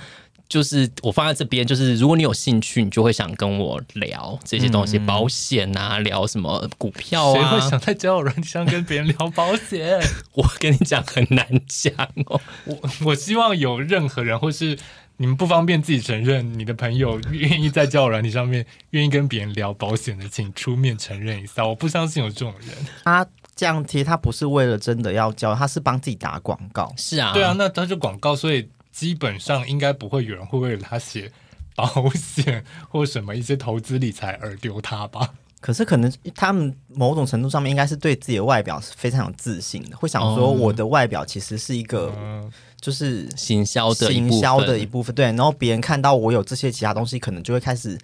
S1: 就是我放在这边，就是如果你有兴趣，你就会想跟我聊这些东西，保险啊，聊什么股票
S2: 嗯谁
S1: 啊，
S2: 会想在交友软件上跟别人聊保险？
S1: 我跟你讲很难讲哦。
S2: 我我希望有任何人，或是你们不方便自己承认，你的朋友愿意在交友软件上面愿意跟别人聊保险的，请出面承认一下。我不相信有这种人。
S3: 他啊这样贴，他不是为了真的要交，他是帮自己打广告。
S1: 是啊，
S2: 对啊，，那他就广告，所以基本上应该不会有人会为了他写保险或什么一些投资理财而丢他吧？
S3: 可是可能他们某种程度上面应该是对自己的外表是非常有自信的，会想
S1: 哦
S3: 说我的外表其实是一个
S2: 嗯，
S3: 就是
S1: 行销的一
S3: 行
S1: 部分
S3: 销的一部分，对。然后别人看到我有这些其他东西，可能就会开始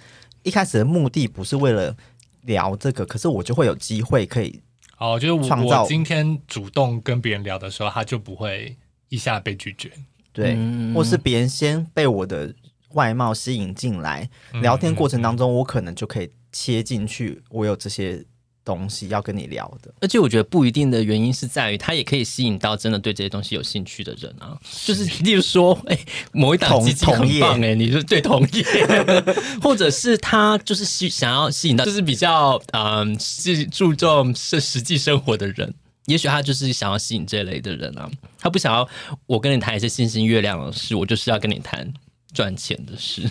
S3: 一开始的目的不是为了聊这个，可是我就会有机会可以
S2: 哦，就是我
S3: 创造
S2: 我今天主动跟别人聊的时候，他就不会一下被拒 绝。
S3: 对，
S1: 嗯
S3: 或是别人先被我的外貌
S1: 嗯
S3: 吸引进来，聊天过程当中，我可能就可以切进去，我有这些东西要跟你聊的。
S1: 而且我觉得不一定的原因是在于，它也可以吸引到真的对这些东西有兴趣的人啊。就是例如说， 哎、某一档
S3: 同
S1: 基金
S3: 同
S1: 很
S3: 业
S1: 棒哎、你就对同 业，或者是他就是吸想要吸引到，就是比较嗯是注重是实际生活的人。也许他就是想要吸引这类的人啊，他不想要我跟你谈一些星星月亮的事，我就是要跟你谈赚钱的 事。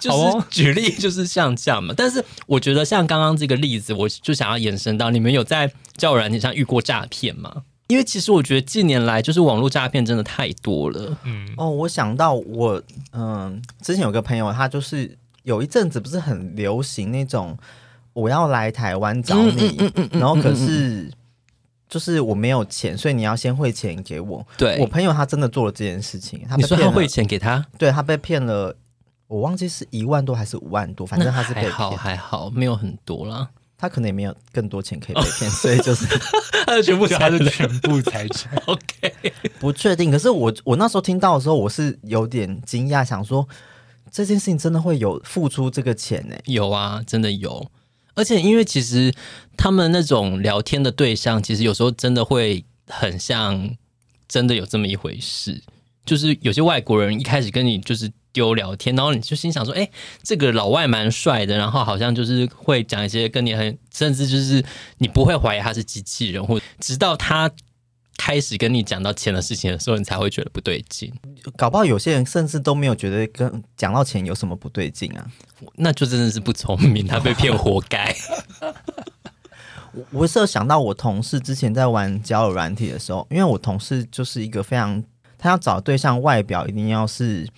S1: 就
S2: 好
S1: 是
S2: 哦
S1: 举例，就是像这样嘛。但是我觉得像刚刚这个例子，我就想要延伸到，你们有在交友软件上遇过诈骗吗？因为其实我觉得近年来就是网络诈骗真的太多了，
S2: 嗯，
S3: 哦，我想到我，嗯，之前有个朋友，他就是有一阵子不是很流行那种我要来台湾找你，
S1: 嗯
S3: 然后可是就是我没有钱，所以你要先汇钱给我。
S1: 对
S3: 我朋友他真的做了这件事情，他
S1: 你
S3: 被
S1: 说
S3: 骗
S1: 他
S3: 了，
S1: 汇钱给他，
S3: 对他被骗了，我忘记是一万多还是五万多，反正他是被
S1: 还好
S3: 骗，
S1: 还好，没有很多 啦，
S3: 他可能也没有更多钱可以被骗， 所以就是
S1: 他的全部
S2: 他的全部财产
S1: OK，
S3: 不确定，可是我我那时候听到的时候，我是有点惊讶，想说这件事情真的会有付出这个钱欸呢、
S1: 有啊，真的有。而且因为其实他们那种聊天的对象，其实有时候真的会很像真的有这么一回事。就是有些外国人一开始跟你就是丢聊天，然后你就心想说：“哎、这个老外蛮帅的。”然后好像就是会讲一些跟你很，甚至就是你不会怀疑他是机器人，或直到他开始跟你讲到钱的事情的时候，你才会觉得不对劲。
S3: 搞不好有些人甚至都没有觉得跟讲到钱有什么不对劲啊。
S1: 那就真的是不聪明，他 被骗活该。
S3: 我我是有想到我同事之前在玩交友软体的时候，因为我同事就是一个非常他要找对象，外表一定要是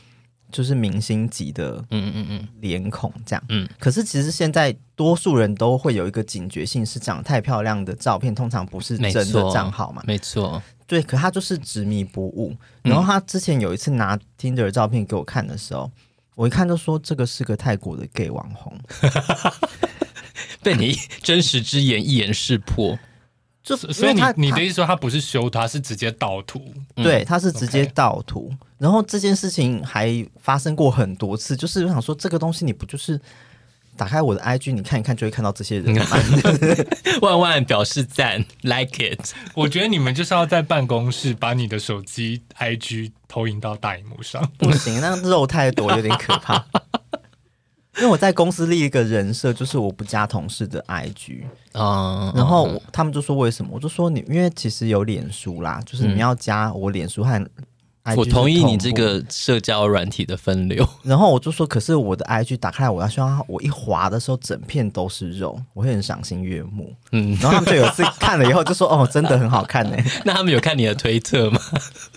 S3: 就是明星级的
S1: 嗯嗯嗯，
S3: 脸孔这样。
S1: 嗯
S3: 嗯，可是其实现在多数人都会有一个警觉性，是长太漂亮的照片通常不是
S1: 没
S3: 真的
S1: 错，
S3: 账号嘛。
S1: 没错。
S3: 对，可他就是执迷不悟。然后他之前有一次拿 Tinder 的照片给我看的时候，我一看就说这个是个泰国的 gay 网红，
S1: 被你真实之言一言识破，
S3: 就
S2: 所
S3: 因
S2: 所以
S3: 为他
S2: 你你
S3: 他
S2: 的意思说他不是修图，他是直接盗图，
S1: 嗯
S3: 对他是直接
S2: OK
S3: 盗图。然后这件事情还发生过很多次，就是我想说这个东西你不就是打开我的 IG 你看一看就会看到这些人 吗？
S1: 万万表示赞，like it。
S2: 我觉得你们就是要在办公室把你的手机 IG 投影到大荧 幕上。
S3: 不行，那肉太多有点 可怕。因为我在公司立一个人设，就是我不加同事的 IG，
S1: 嗯，
S3: 然后我他们就说为什么？我就说你，因为其实有脸书啦，就是你们要加我脸书和 IG，
S1: 嗯我
S3: 是
S1: 同意
S3: 同
S1: 你这
S3: 步。
S1: 个社交软体的分流，
S3: 然后我就说，可是我的 IG 打开来，我要希望它我一滑的时候，整片都是肉，我会很赏心悦目。
S1: 嗯
S3: 嗯，然后他们就有一次看了以后就说，哦，真的很好看呢、
S1: 那他们有看你的推特吗？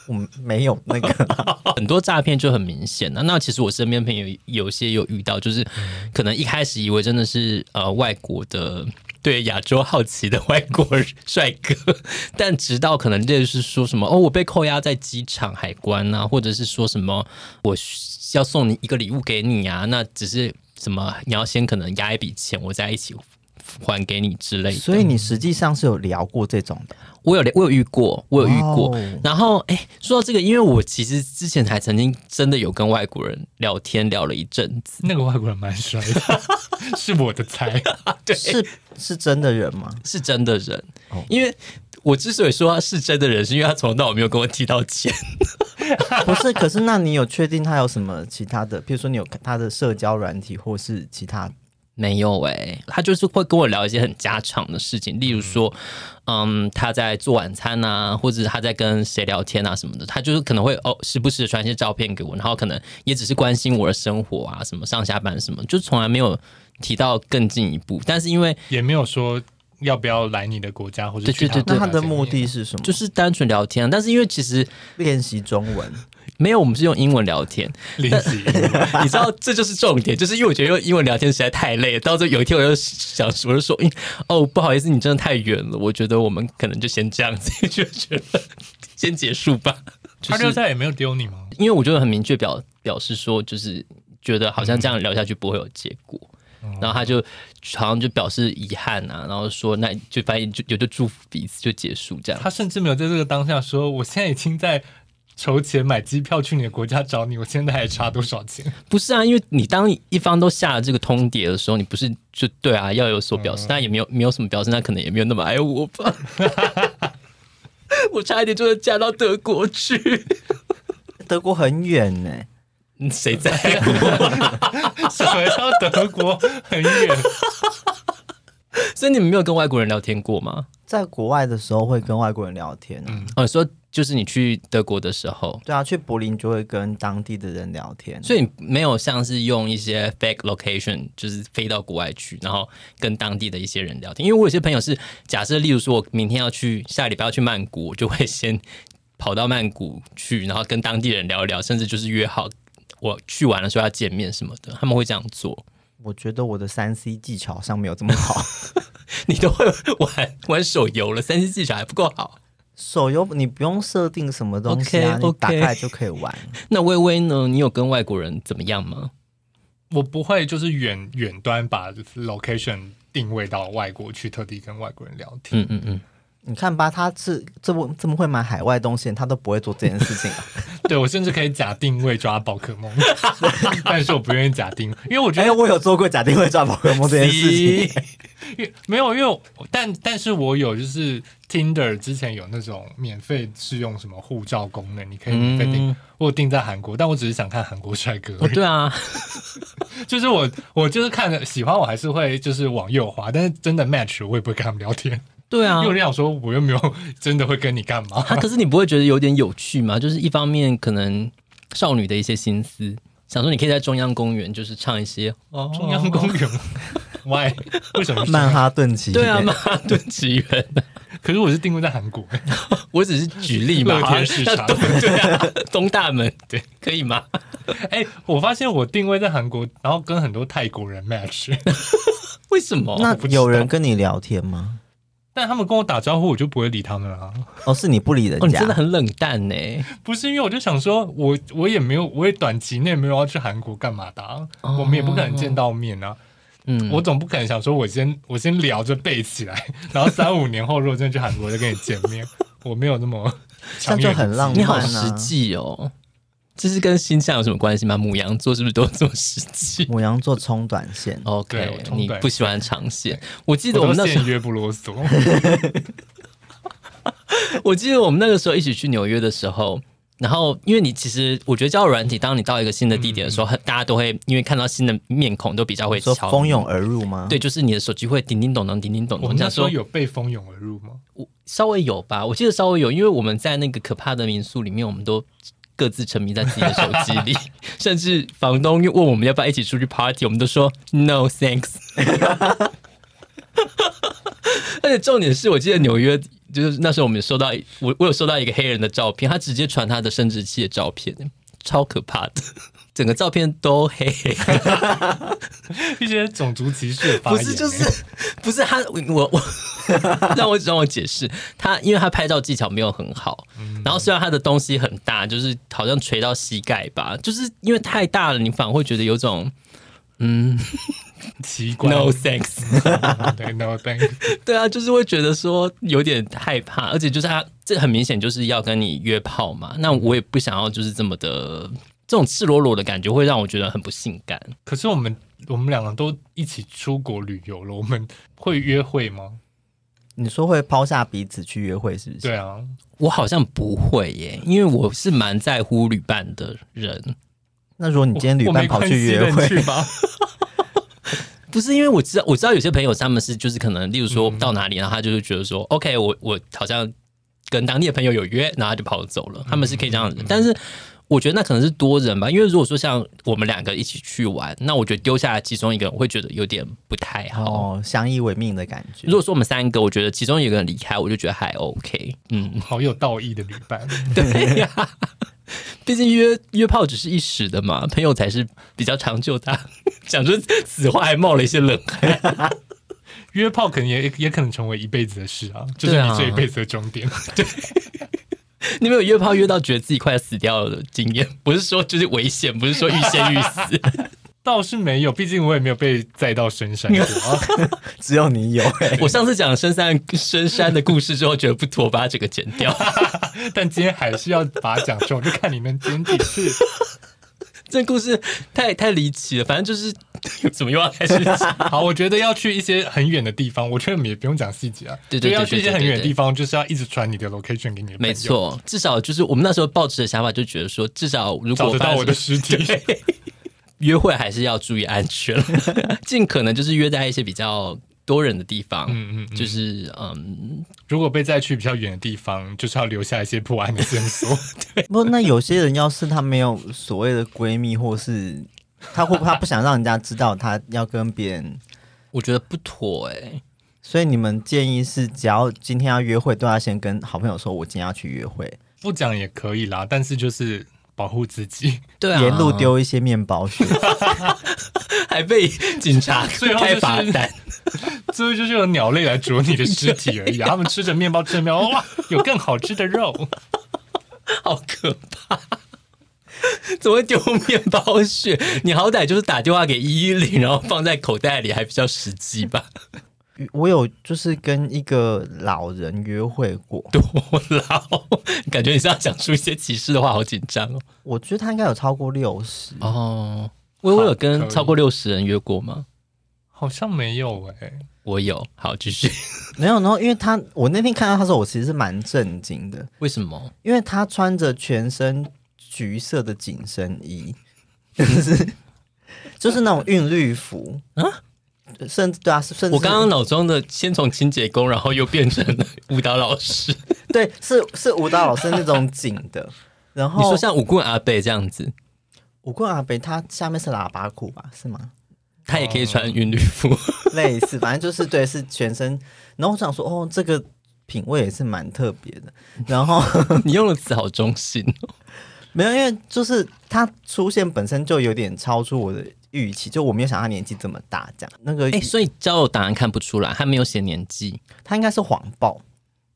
S3: 我们没有那个，
S1: 很多诈骗就很明显了、啊那其实我身边朋友有些有遇到，就是可能一开始以为真的是呃外国的。对亚洲好奇的外国 帅哥，但直到可能就是说什么哦，我被扣押在机场海关啊，或者是说什么我需要送你一个礼物给你啊，那只是什么你要先可能押一笔钱，我再一起还给你之类的。
S3: 所以你实际上是有聊过这种的。
S1: 我有我有遇过，我有遇过。
S3: 哇哦
S1: 然后，哎、说到这个，因为我其实之前还曾经真的有跟外国人聊天聊了一阵子，
S2: 那个外国人蛮帅的，是我的菜。
S3: 是是真的人吗？
S1: 是真的人。因为我之所以说他是真的人，是因为他从头到尾没有跟我提到钱。
S3: 不是，可是那你有确定他有什么其他的？比如说你有他的社交软体，或是其他
S1: 没有诶、他就是会跟我聊一些很家常的事情，例如说，嗯，他在做晚餐啊，或者他在跟谁聊天啊什么的，他就是可能会哦，时不时的传一些照片给我，然后可能也只是关心我的生活啊，什么上下班什么，就从来没有提到更进一步。但是因为
S2: 也没有说要不要来你的国家或者
S1: 对
S2: 去
S1: 对
S2: 国
S1: 对
S3: 那
S2: 家
S3: 他的
S2: 这个
S3: 目
S2: 意
S3: 的是什么？
S1: 就是是单纯聊天啊，但是因为其实
S3: 练习中文。
S1: 没有，我们是用英文聊天，
S2: 练习。
S1: 你知道这就是重点，就是因为我觉得用英文聊天实在太累了，到最后有一天我就想，我就说，嗯哦，不好意思，你真的太远了，我觉得我们可能就先这样子，就觉得 先结束吧。就
S2: 他就是再也没有丢你吗？
S1: 因为我就很明确表表示说，就是觉得好像这样聊下去不会有结果。然后他就好像就表示遗憾啊，然后说那就反正就也就祝福彼此就结束这样。
S2: 他甚至没有在这个当下说，我现在已经在筹钱买机票去你的国家找你，我现在还差多少钱？
S1: 不是啊，因为你当一方都下了这个通牒的时候，你不是就对啊，要有所表示，但也没有没有什么表示，那可能也没有那么爱我吧。 我差一点就是嫁到德国去，
S3: 德国很远欸呢、
S1: 谁在乎？
S2: 什么叫德国很远？
S1: 所以你们没有跟外国人聊天过吗？
S3: 在国外的时候会跟外国人聊天、啊，
S1: 哦，你说就是你去德国的时候，
S3: 对啊，去柏林就会跟当地的人聊天，啊
S1: 所以你没有像是用一些 fake location，就是飞到国外去，然后跟当地的一些人聊天。因为我有些朋友是假设，例如说我明天要去，下礼拜要去曼谷，我就会先跑到曼谷去，然后跟当地人聊一聊，甚至就是约好我去玩的时候要见面什么的，他们会这样做。
S3: 我觉得我的三 C 技巧上没有这么好，
S1: 你都会玩玩手游了，三 C 技巧还不够好。
S3: 手游你不用设定什么东西啊
S1: OK，OK
S3: 你打开来就可以玩。
S1: 那微微呢？你有跟外国人怎么样吗？
S2: 我不会就是远远端把 location 定位到外国去，特地跟外国人聊天。
S1: 嗯嗯嗯，
S3: 你看吧，他是这么这么会买海外东西，他都不会做这件事情、 啊。
S2: 对我甚至可以假定位抓宝可梦，但是我不愿意假定，因为我觉
S3: 哎、
S2: 得
S3: 我有做过假定位抓宝可梦这件事情，
S2: 因为没有，因为我但但是我有就是 Tinder 之前有那种免费试用什么护照功能，你可以免费订，我有订在韩国，但我只是想看韩国帅哥 而
S1: 哦
S2: 已。
S1: 对啊，
S2: 就是我我就是看了喜欢，我还是会就是往右滑，但是真的 match 我也不会跟他们聊天，
S1: 对 啊
S2: 因为，我就想说我又没有真的会跟你干嘛。
S1: 啊，可是你不会觉得有点有趣吗？就是一方面可能少女的一些心思，想说你可以在中央公园就是唱一些
S2: 中央公园，why？为什么 是？
S3: 曼哈顿奇
S1: 对啊，曼哈顿奇缘，
S2: 可是我是定位在韩国、
S1: 我只是举例嘛，
S2: 乐
S1: 好
S2: 天
S1: 像
S2: 市场
S1: 那东对啊，东大门对，可以吗？
S2: 哎、我发现我定位在韩国，然后跟很多泰国人 match，
S1: 为什么？
S3: 那
S2: 不知道
S3: 有人跟你聊天吗？
S2: 但他们跟我打招呼，我就不会理他们了、啊。
S3: 哦，是你不理人
S1: 哦，你
S3: 家，
S1: 真的很冷淡呢、
S2: 不是因为我就想说，我我也没有，我也短期内没有要去韩国干嘛的啊、我们也不可能见到面啊。
S1: 嗯，
S2: 我总不可能想说我先我先聊着背起来， 然后三五年后如果真的去韩国再跟你见面，我没有那么
S3: 这样就很浪漫、啊。
S1: 你好实际哦。这是跟星象有什么关系吗？母羊座是不是都这么实际
S3: 母羊座冲短线，
S1: 哦
S2: 对我
S1: ？OK，
S2: 冲
S1: 你
S2: 短
S1: 不喜欢长线。我记
S2: 我
S1: 得我
S2: 都
S1: 们那时候
S2: 现约不啰嗦。
S1: 我记得我们那个时候一起去纽约的时候，然后因为你其实我觉得交友软体，当你到一个新的地点的时候，很大家都会因为看到新的面孔都比较会
S3: 说
S1: 敲
S3: 蜂
S1: 你。
S3: 拥而入吗？
S1: 对，，就是你的手机会叮叮咚咚、叮叮咚
S2: 我
S1: 咚，
S2: 们
S1: 这
S2: 那
S1: 样
S2: 时
S1: 说
S2: 候有被蜂拥而入吗？
S1: 稍微有吧，我记得稍微有，因为我们在那个可怕的民宿里面，我们都各自沉迷在自己的手机里，甚至房东问我们要不要一起出去 party，我们都说 no thanks。而且重点是我记得纽约，就是那时候我们有收到一我我有收到一个黑人的照片，他直接传他的生殖器的照片，超可怕的，整个照片都黑黑的
S2: 一些种族歧视的发
S1: 不
S2: 言、
S1: 是就是不是他我我让我让我解释他，因为他拍照技巧没有很好，然后虽然他的东西很大，就是好像垂到膝盖吧，就是因为太大了，你反而会觉得有种
S2: 奇怪。
S1: no thanks，
S2: 对，no thank。
S1: 对啊，就是会觉得说有点害怕，而且就是他这很明显就是要跟你约炮嘛，那我也不想要就是这么的这种赤裸裸的感觉，会让我觉得很不性感。
S2: 可是我们我们两个都一起出国旅游了，我们会约会吗？
S3: 你说会抛下彼此去约会是不是？
S2: 对啊，
S1: 我好像不会耶，因为我是蛮在乎旅伴的人，
S3: 那如果你今天旅伴跑去约
S2: 我没关
S3: 会
S2: 系，那你去吧。
S1: 不是因为我知道，我知道有些朋友他们是就是可能，例如说到哪里，然后他就是觉得说、o k 我我好像跟当地的朋友有约，然后他就跑走了，他们是可以这样的人。但是我觉得那可能是多人吧，因为如果说像我们两个一起去玩，那我觉得丢下其中一个人，我会觉得有点不太好。
S3: 哦，相依为命的感觉
S1: 如。果说我们三个，我觉得其中有一个人离开，我就觉得还 OK。嗯，
S2: 好有道义的旅伴，
S1: 对 呀、毕竟约约炮只是一时的嘛，朋友才是比较长久的。啊 讲出此话还冒了一些冷汗。
S2: 约炮可能也也可能成为一辈子的事啊，就是
S1: 对啊
S2: 你这一辈子的终点。
S1: 你们有约炮约到觉得自己快要死掉了的经验？不是说就是危险，不是说欲仙欲死。
S2: 倒是没有，毕竟我也没有被载到深山过。啊
S3: 只有你 有、欸，
S1: 我上次讲深山深山的故事之后，觉得不妥，把它整个剪掉。
S2: 但今天还是要把它讲出来，就看你能剪几 次。
S1: 这故事太太离奇了，反正就是怎么又要开始讲？
S2: 好，我觉得要去一些很远的地方，我觉得你们也不用讲细节啊。
S1: 对对对
S2: 就要去一些很远
S1: 对对
S2: 的
S1: 对
S2: 地方，就是要一直传你的 location 给你的朋
S1: 没，
S2: 友
S1: 错，至少就是我们那时候抱持的想法，就觉得说，至少如
S2: 找
S1: 果
S2: 得
S1: 发
S2: 到
S1: 生
S2: 我的尸 体。
S1: 约会还是要注意安全， 尽可能就是约在一些比较多人的地方，
S2: 嗯嗯嗯
S1: 就是嗯，
S2: 如果被载去比较远的地方，就是要留下一些破案的线 索。
S3: 不，那有些人要是她没有所谓的闺蜜，或是她会她不想让人家知道她要跟别人，
S1: 我觉得不妥哎、
S3: 所以你们建议是，只要今天要约会，都要先跟好朋友说，我今天要去约会，
S2: 不讲也可以啦，但是就是保护自己。
S1: 对啊，
S3: 沿路丢一些面包屑。
S1: 还被警 察
S2: 最后就
S1: 开
S2: 是
S1: 罚单，
S2: 最后就是有鸟类来啄你的尸体而已、啊，他们吃着面包，吃着面包，哇，有更好吃的肉。
S1: 好可怕！怎么会丢面包屑？你好歹就是打电话给一一零，然后放在口袋里，还比较实际吧？
S3: 我有就是跟一个老人约会过，
S1: 多老，感觉你是要讲出一些歧视的话，好紧张哦。
S3: 我觉得他应该有超过六十，
S1: 哦，微微有
S2: 可
S1: 跟
S2: 以
S1: 超过六十人约过吗？
S2: 好像没有哎、
S1: 我有，好继续。
S3: 没有，然后因为他我那天看到他的时候，我其实是蛮震惊的，
S1: 为什么？
S3: 因为他穿着全身橘色的紧身衣， 就是就是那种韵律服啊，甚至对啊，甚至
S1: 我刚刚脑中的先从清洁工，然后又变成了舞蹈老师。
S3: 对是是舞蹈老师那种紧的，然 后
S1: 你说像舞棍阿贝这样子，
S3: 我棍阿北他下面是喇叭裤吧，是吗？
S1: 他也可以穿韵律服。
S3: 类似， 反正就是对，是全身。然后我想说，哦，这个品味也是蛮特别的。然后
S1: 你用的词好中性 哦。
S3: 没有，因为就是他出现本身就有点超出我的预期，就我没有想到他年纪这么大，这样那个、
S1: 哎、所以交友档案看不出来，他没有写年纪
S3: 他应该是谎报，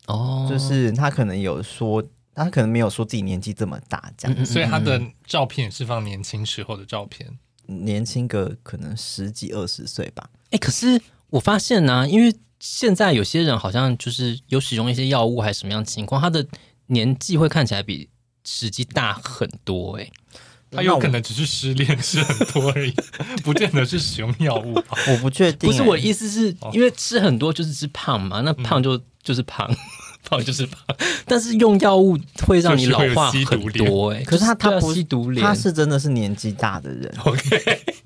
S1: 哦。
S3: 就是他可能有说，他可能没有说自己年纪这么大，这样、
S1: 嗯
S2: 所以他的照片是放年轻时候的照片。
S1: 嗯
S3: 年轻个可能十几二十岁吧。
S1: 哎、可是我发现呢、因为现在有些人好像就是有使用一些药物还是什么样的情况，他的年纪会看起来比实际大很多、欸。
S2: 他有可能只是失恋吃很多而已，不见得是使用药物吧。
S3: 我不确定、嗯
S1: 不是
S3: 欸
S1: 我的意思是，因为吃很多就是吃胖嘛，那胖就、就是胖，胖就是胖，但是用药物会让你老化很多、欸。哎，
S3: 可是他
S1: 就
S3: 他
S1: 对啊
S3: 不
S1: 吸毒脸，
S3: 他是真的是年纪大的 人。
S2: OK，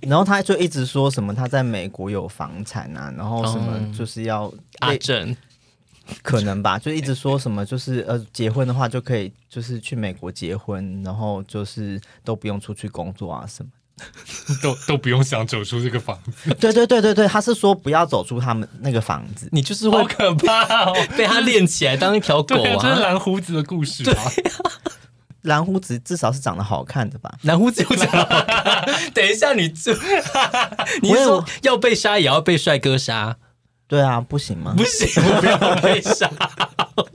S3: 然后他就一直说什么他在美国有房产啊，然后什
S1: 哦
S3: 么就是要、
S1: 阿
S3: 类
S1: 正，
S3: 可能吧，就一直说什么就是呃结婚的话就可以就是去美国结婚，然后就是都不用出去工作啊什么。
S2: 都都不用想走出这个房子，
S3: 对对对对对，他是说不要走出他们那个房子。
S1: 你就是
S2: 好
S1: 会
S2: 可怕哦！
S1: 被他练起来当一条狗
S2: 对啊，这是
S1: 啊。
S2: 蓝胡子的故事啊。
S3: 蓝胡子至少是长得好看的吧？
S1: 蓝胡子有讲好看， 等一下你就， 你
S3: 我
S1: 是
S3: 有
S1: 说要被杀也要被帅哥杀？
S3: 对啊，不行 吗
S1: 不？行，我不要被杀，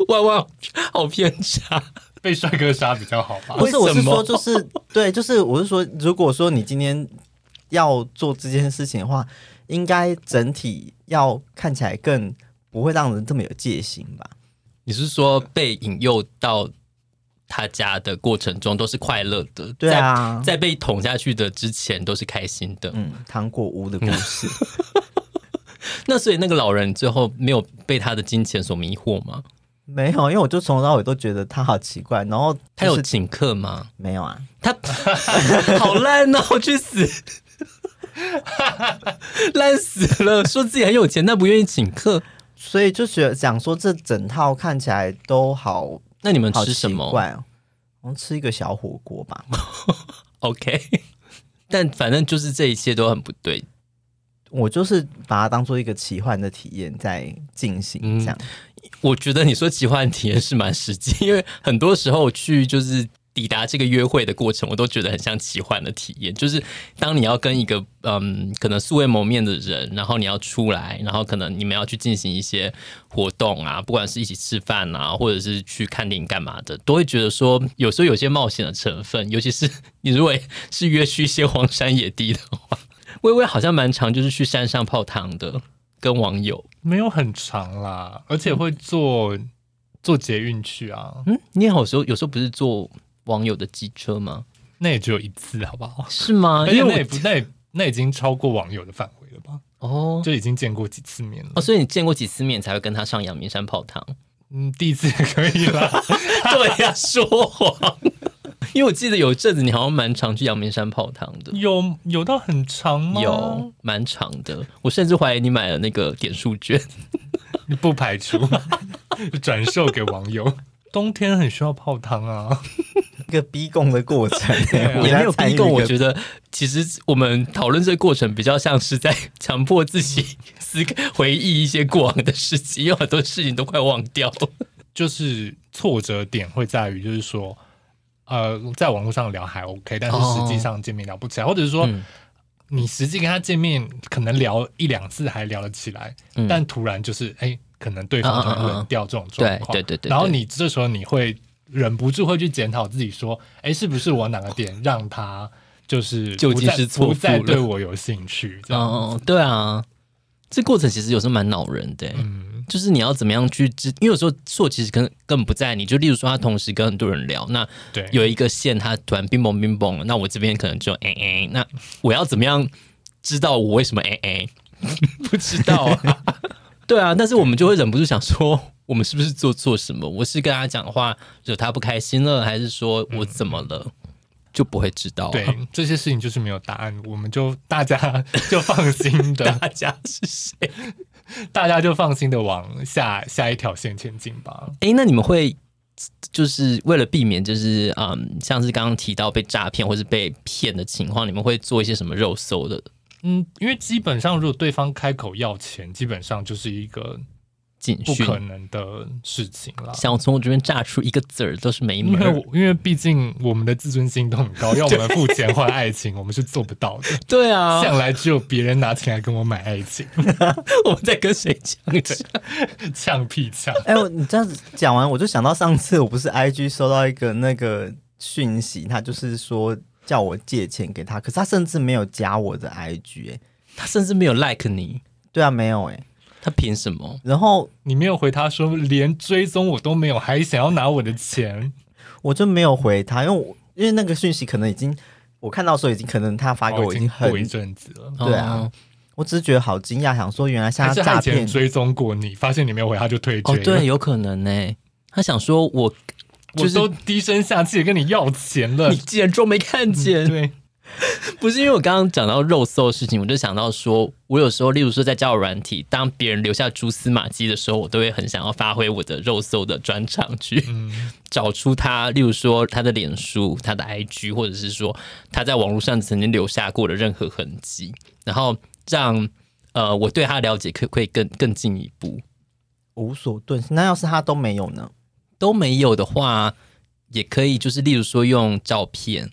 S1: 万万好偏差。
S2: 被帅哥杀比较好吧？
S3: 不是，
S1: 为
S3: 我
S1: 什
S3: 是
S1: 么
S3: 说就是 对，就是我是说，如果说你今天要做这件事情的话，应该整体要看起来更不会让人这么有戒心吧？
S1: 你是说被引诱到他家的过程中都是快乐的？
S3: 对啊
S1: 在在被捅下去的之前都是开心的。
S3: 嗯，糖果屋的故 事。
S1: 那所以那个老人最后没有被他的金钱所迷惑吗？
S3: 没有，因为我就从头到尾都觉得他好奇怪，然后就是
S1: 他有请客 吗？
S3: 没有啊？
S1: 他好烂哦，去死！ 烂死了，说自己很有钱，但不愿意请客。
S3: 所以就觉得讲说这整套看起来都好
S1: 那你们
S3: 好
S1: 吃什
S3: 奇
S1: 么
S3: 怪哦。我们吃一个小火锅吧，
S1: ？OK，但反正就是这一切都很不对
S3: 我就是把它当做一个奇幻的体验在进行，
S2: 嗯
S3: 这样、
S1: 我觉得你说奇幻体验是蛮实际，因为很多时候去就是抵达这个约会的过程，我都觉得很像奇幻的体验。就是当你要跟一个嗯，可能素未谋面的人，然后你要出来，然后可能你们要去进行一些活动啊，不管是一起吃饭啊，或者是去看电影干嘛的，都会觉得说有时候有些冒险的成分，尤其是你如果是约去一些荒山野地的话，微微好像蛮常就是去山上泡汤的，跟网友。
S2: 没有很长啦，而且会坐坐捷运去啊，
S1: 嗯，你有时候有时候不是坐网友的机车吗？
S2: 那也只有一次，好不好？
S1: 是吗？
S2: 而且
S1: 因
S2: 那也
S1: 为
S2: 不那也那已经超过网友的范围了吧？
S1: 我哦
S2: 就已经见过几次面了
S1: 哦，。所以你见过几次面才会跟他上阳明山泡 汤？
S2: 嗯，第一次也可以啦。
S1: 对呀、说谎。因为我记得有一阵子你好像蛮常去阳明山泡汤的，
S2: 有有到很长吗？
S1: 有，蛮长的。我甚至怀疑你买了那个点数 券。
S2: 不排除转售给网友。 冬天很需要泡汤啊，
S3: 一个逼供的过 程，
S2: 啊
S1: 也没有逼供，我
S3: 得
S1: 觉得其实我们讨论这个过程比较像是在 强迫自己 思考回忆一些过往的事情，有很多事情都快忘掉了。
S2: 就是挫折点会在于，就是说，呃，在网络上聊还 OK，但是
S1: 哦
S2: 实际上见面聊不起来，或者是说、
S1: 嗯
S2: 你实际跟他见面可能聊一两次还聊得起来，
S1: 嗯
S2: 但突然就是哎、可能对方突然冷掉这种状况，
S1: 对对对对
S2: 然后你这时候你会忍不住会去检讨自己说，哎、是不是我哪个点让他就是
S1: 究竟
S2: 不再
S1: 是错
S2: 不再
S1: 付了
S2: 对我有兴趣？这样，
S1: 哦，对啊，这过程其实有时候蛮恼人的欸、
S2: 嗯，
S1: 就是你要怎么样去知，因为有时候错其实根根本不在你，就例如说他同时跟很多人聊，那
S2: 对，
S1: 有一个线他突然冰崩冰崩了，那我这边可能就哎哎，那我要怎么样知道我为什么哎哎？ 不知道啊， 对啊，但是我们就会忍不住想说，我们是不是做错什么？我是跟他讲话惹他不开心了，还是说我怎么了？就不会知道、啊，
S2: 嗯对，这些事情就是没有答案，我们就大家就放心 的，
S1: 大家是谁？
S2: 大家就放心的往下下一条线前进吧。
S1: 哎，那你们会就是为了避免，就是嗯，像是刚刚提到被诈骗或是被骗的情况，你们会做一些什么肉搜的
S2: 嗯，因为基本上如果对方开口要钱，基本上就是一个
S1: 警
S2: 不
S1: 讯？
S2: 可能的事情啦。
S1: 想从我这边炸出一个字儿都是没
S2: 因
S1: 门
S2: 为
S1: 儿。
S2: 我因为毕竟我们的自尊心都很 高，要我们付钱换爱情，我们是做不到的。
S1: 对啊，
S2: 向来只有别人拿钱来跟我买爱情，
S1: 我们在跟谁讲？
S2: 呛屁呛。
S3: 哎、我你这样子讲完，我就想到上次我不是 IG 收到一个那个讯息，他就是说叫我借钱给他，可是他甚至没有加我的 IG，哎、
S1: 他甚至没有 like 你，
S3: 对啊，没有哎、
S1: 他凭什么？
S3: 然后
S2: 你没有回他说连追踪我都没有，还想要拿我的钱，
S3: 我就没有回他，因为我因为那个讯息可能已经我看到的时候已经可能他发给
S2: 哦
S3: 我
S2: 已
S3: 已经很，
S2: 过一阵子了。
S3: 对啊
S1: 哦，
S3: 我只是觉得好惊讶，想说原来像他
S2: 还是他
S3: 诈
S2: 以前
S3: 骗，
S2: 追踪过你，发现你没有回，他就退追
S1: 哦
S2: 了。
S1: 对，有可能呢、他想说我，就是
S2: 我都低声下气的跟你要钱了
S1: 你。竟然装没看见，
S2: 嗯对，
S1: 不是因为我刚刚讲到肉搜的事情，我就想到说，我有时候，例如说在交友软体，当别人留下蛛丝马迹的时候，我都会很想要发挥我的肉搜的专长去、 找出他，例如说他的脸书、他的 IG，或者是说他在网络上曾经留下过的任何痕迹，然后让呃我对他的了解可可以更更进一步。
S3: 无所遁形。那要是他都没有呢？
S1: 都没有的话，也可以就是例如说用照片，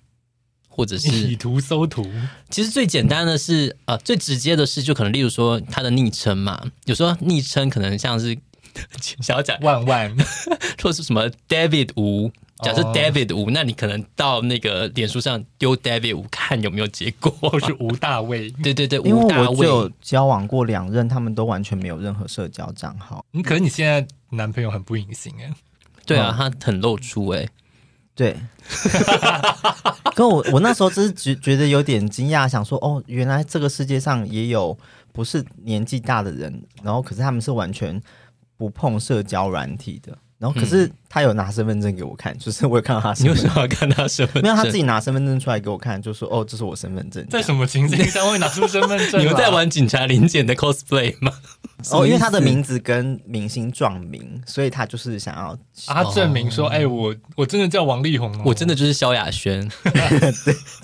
S1: 或者 是
S2: 以图搜图，
S1: 其实最简单的是，呃，最直接的是，就可能例如说他的昵称嘛，有时候昵称可能像是 想要讲，
S2: 万万
S1: 或是什么 David 吴，假设
S2: 哦
S1: David 吴、那你可能到那个脸书上丢 David 吴看有没有结 果。
S2: 都是吴大卫。
S1: 对对对，
S3: 因为
S1: 吴大
S3: 我就有
S1: 卫，
S3: 交往过两任，他们都完全没有任何社交账号。
S2: 你 可是你现在男朋友很不隐形哎，
S1: 对
S3: 嗯
S1: 啊，他很露出哎、
S3: 对，跟我我那时候只是觉觉得有点惊讶，想说哦，原来这个世界上也有不是年纪大的人，然后可是他们是完全不碰社交软体的。然后可是他有拿身份证给我看，就是我有看到他
S1: 嗯
S3: 身
S1: 你为什
S3: 份证，
S1: 么要看他身份证？
S3: 没有他自己拿身份证出来给我看，就说哦，这是我身份证。
S2: 在什么情境下会拿出身份证？啊
S1: 你们在？玩警察临检的 cosplay 吗？什么
S3: 哦，因
S1: 意思
S3: 为他的名字跟明星撞名，所以他就是想要
S2: 啊，他证明说，哎，我我真的叫王力宏哦，
S1: 哦我真的就是萧亚轩，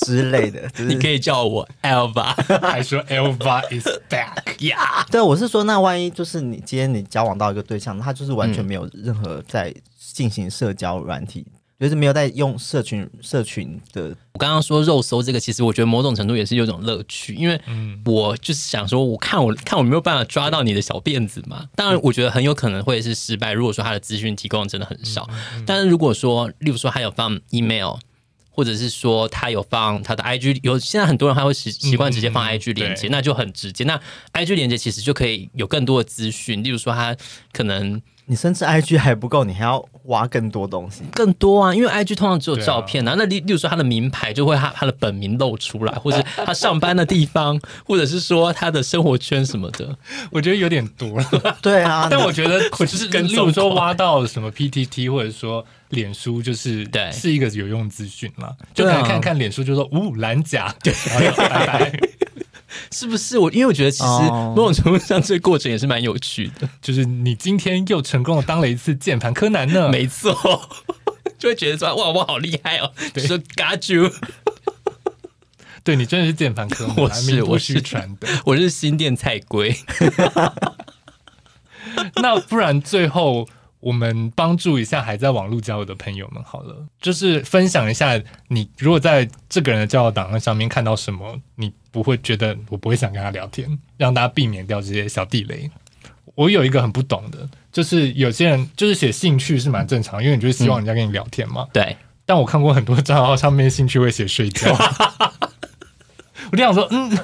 S3: 之类的。只
S1: 你可
S3: 是
S1: 以叫我 Elva
S2: 还说 Elva is back。
S1: 呀。
S3: 对，我是说，那万一就是你今天你交往到一个对象，他就是完全没有任何在进行社交软体，就是没有在用社群社群的，
S1: 我刚刚说肉搜这个，其实我觉得某种程度也是有一种乐趣，因为
S2: 嗯
S1: 我就是想说，我看我看我没有办法抓到你的小辫子
S2: 嗯
S1: 嘛。当然，我觉得很有可能会是失
S2: 嗯
S1: 败。如果说他的资讯提供得真的很少，但是如果说，例如说他有放 email，或者是说他有放他的 IG，有现在很多人他会习习惯直接放
S2: 嗯
S1: IG 连接，
S2: 对
S1: 那就很直接。那 IG 连接其实就可以有更多的资讯，例如说他可能
S3: 你甚至 IG 还不够，你还要挖更多东西。
S1: 更多啊，因为 IG 通常只有
S2: 对啊
S1: 照片啊。那例例如说他的名牌就会他他的本名露出来，或者他上班的地方， 或者是说他的生活圈什么的。
S2: 我觉得有点多了。
S3: 对 啊，
S2: 但我觉得
S1: 我就
S2: 就是是
S1: 跟
S2: 跟，例
S1: 踪
S2: 如说
S1: 狂
S2: 挖到什么 PTT 或者说脸书，就是
S1: 对
S2: 是一个有用资讯啦。就
S1: 对
S2: 可
S1: 啊
S2: 能看看脸书，就说呜蓝甲，对， 然后就 拜拜，
S1: 是不是我？因为我觉得其实
S3: 哦
S1: 某种程度上，这个过程也是蛮有趣的。
S2: 就是你今天又成功的当了一次键盘柯南 呢。
S1: 没错， 就会觉得说哇，我好厉害哦！
S2: 对
S1: 说 got you，
S2: 对你真的是键盘柯 南，
S1: 我是
S2: 名不
S1: 我
S2: 虚
S1: 是
S2: 传的。
S1: 我是新店菜龟。
S2: 那不然最后我们帮助一下还在网络交友的朋友们好了，就是分享一下你如果在这个人的交友档案上面看到什么，你不会觉得我不会想跟他聊天，让大家避免掉这些小地雷。我有一个很不懂的，就是有些人就是写兴趣是蛮正常，因为你就是希望人家跟你聊天嘛。
S1: 对，
S2: 但我看过很多账号上面兴趣会写睡觉。 我就想说，嗯，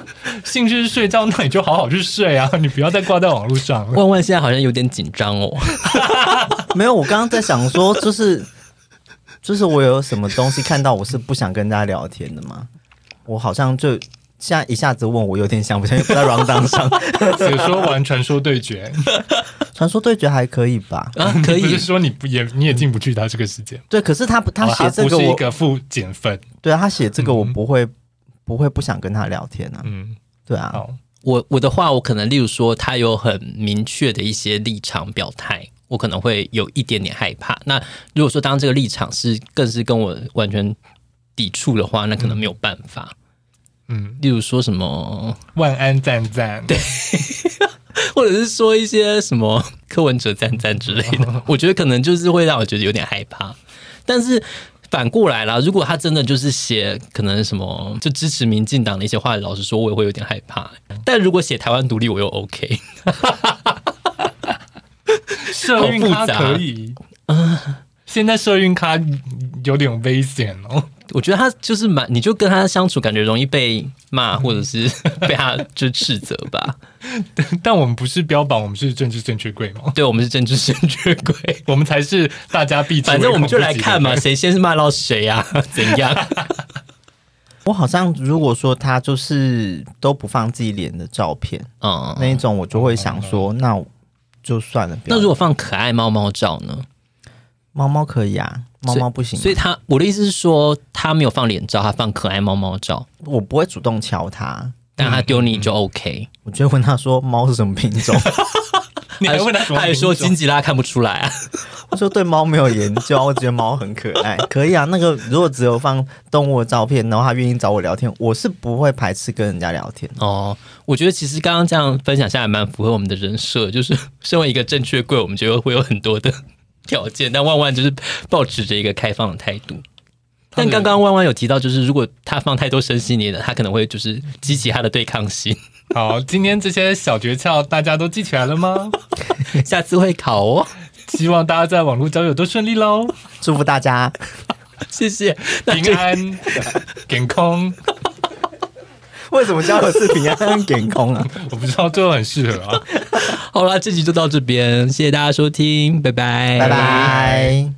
S2: 兴趣是睡觉，那你就好好去睡啊，你不要再挂在网络上了。
S1: 万万现在好像有点紧张哦。
S3: 没有，我刚刚在想说，就是就是我有什么东西看到我是不想跟大家聊天的吗？我好像就现在一下子问我有点想不想，又不在 round down 上。
S2: 解说完传说对决，
S3: 传说对决还可以吧？
S1: 啊，可
S2: 不
S1: 以
S2: 是，说你不也你也进不去他这个世界。
S3: 对，可是他不，他
S2: 好
S3: 写
S2: 啦
S3: 这
S2: 哦不
S3: 个
S2: 是
S3: 我，
S2: 一个负减分，
S3: 对啊，他写这个
S1: 嗯
S3: 我不会、不会不想跟他聊天啊。
S2: 嗯，
S3: 对啊，
S2: 好，
S1: 我我的话，我可能例如说，他有很明确的一些立场表态，我可能会有一点点害怕。那如果说当这个立场是更是跟我完全抵触的话，那可能没有办法。
S2: 嗯，
S1: 例如说什么，
S2: 万安赞赞，对，
S1: 或者是说一些什么柯文哲赞赞之类的，我觉得可能就是会让我觉得有点害怕。但是反过来啦，如果他真的就是写可能什么就支持民进党的一些话，老实说我也会有点害怕、但如果写台湾独立，我又 OK。
S2: 社运
S1: 好
S2: 咖
S1: 复杂
S2: 可以，
S1: 呃
S2: 现在社运咖有点危险哦，
S1: 我觉得他就是蛮，你就跟他相处，感觉容易被
S2: 嗯
S1: 骂，或者是 被他就斥责吧。
S2: 但我们不是标榜我们是政治正确贵吗？
S1: 对我们是政治正确 鬼，
S2: 我们才是大家必知
S1: 反正我们就来看嘛，
S2: 唯恐不及的
S1: 谁先是骂到谁啊？ 怎 样？
S3: 我好像如果说他就是都不放自己脸的照片、
S2: 啊
S3: 那
S1: 嗯，
S3: 一种，我就会想说，那我就算了。不要
S1: 那如果放可爱猫猫照呢？
S3: 猫猫可以啊，猫猫不行啊、
S1: 所以他我的意思是说，他没有放脸照，他放可爱猫猫照，
S3: 我不会主动瞧它。
S1: 但他丢
S2: 嗯
S1: 你就 OK。
S3: 我就会问他说：“猫是什么品种
S2: 你还问他什么
S1: 他还
S2: 民
S1: 说
S2: 族
S1: 金吉拉看不出来啊？？”
S3: 我说：“对猫没有研究，我觉得猫很可爱，可以啊。那个如果只有放动物的照片，然后他愿意找我聊天，我是不会排斥跟人家聊天。
S1: 哦，我觉得其实刚刚这样分享下来，蛮符合我们的人设， 就是身为一个正确柜，我们觉得会有很多的条件，但万万就是保持着一个开放的态度。
S2: 他
S1: 但
S2: 的
S1: 刚刚万万有提到，就是如果他放太多身心灵的，他可能会就是激起他的对抗心，
S2: 好，今天这些小诀窍大家都记起来了吗？
S1: 下次会考哦。
S2: 希望大家在网络交友都顺利喽，
S3: 祝福大家，
S1: 谢谢，那这
S2: 平安、健康。
S3: 为什么交友是平安点空啊？
S2: 我不知道，最后很适合啊。
S1: 好啦，这集就到这边，谢谢大家收听，拜拜，
S3: 拜拜。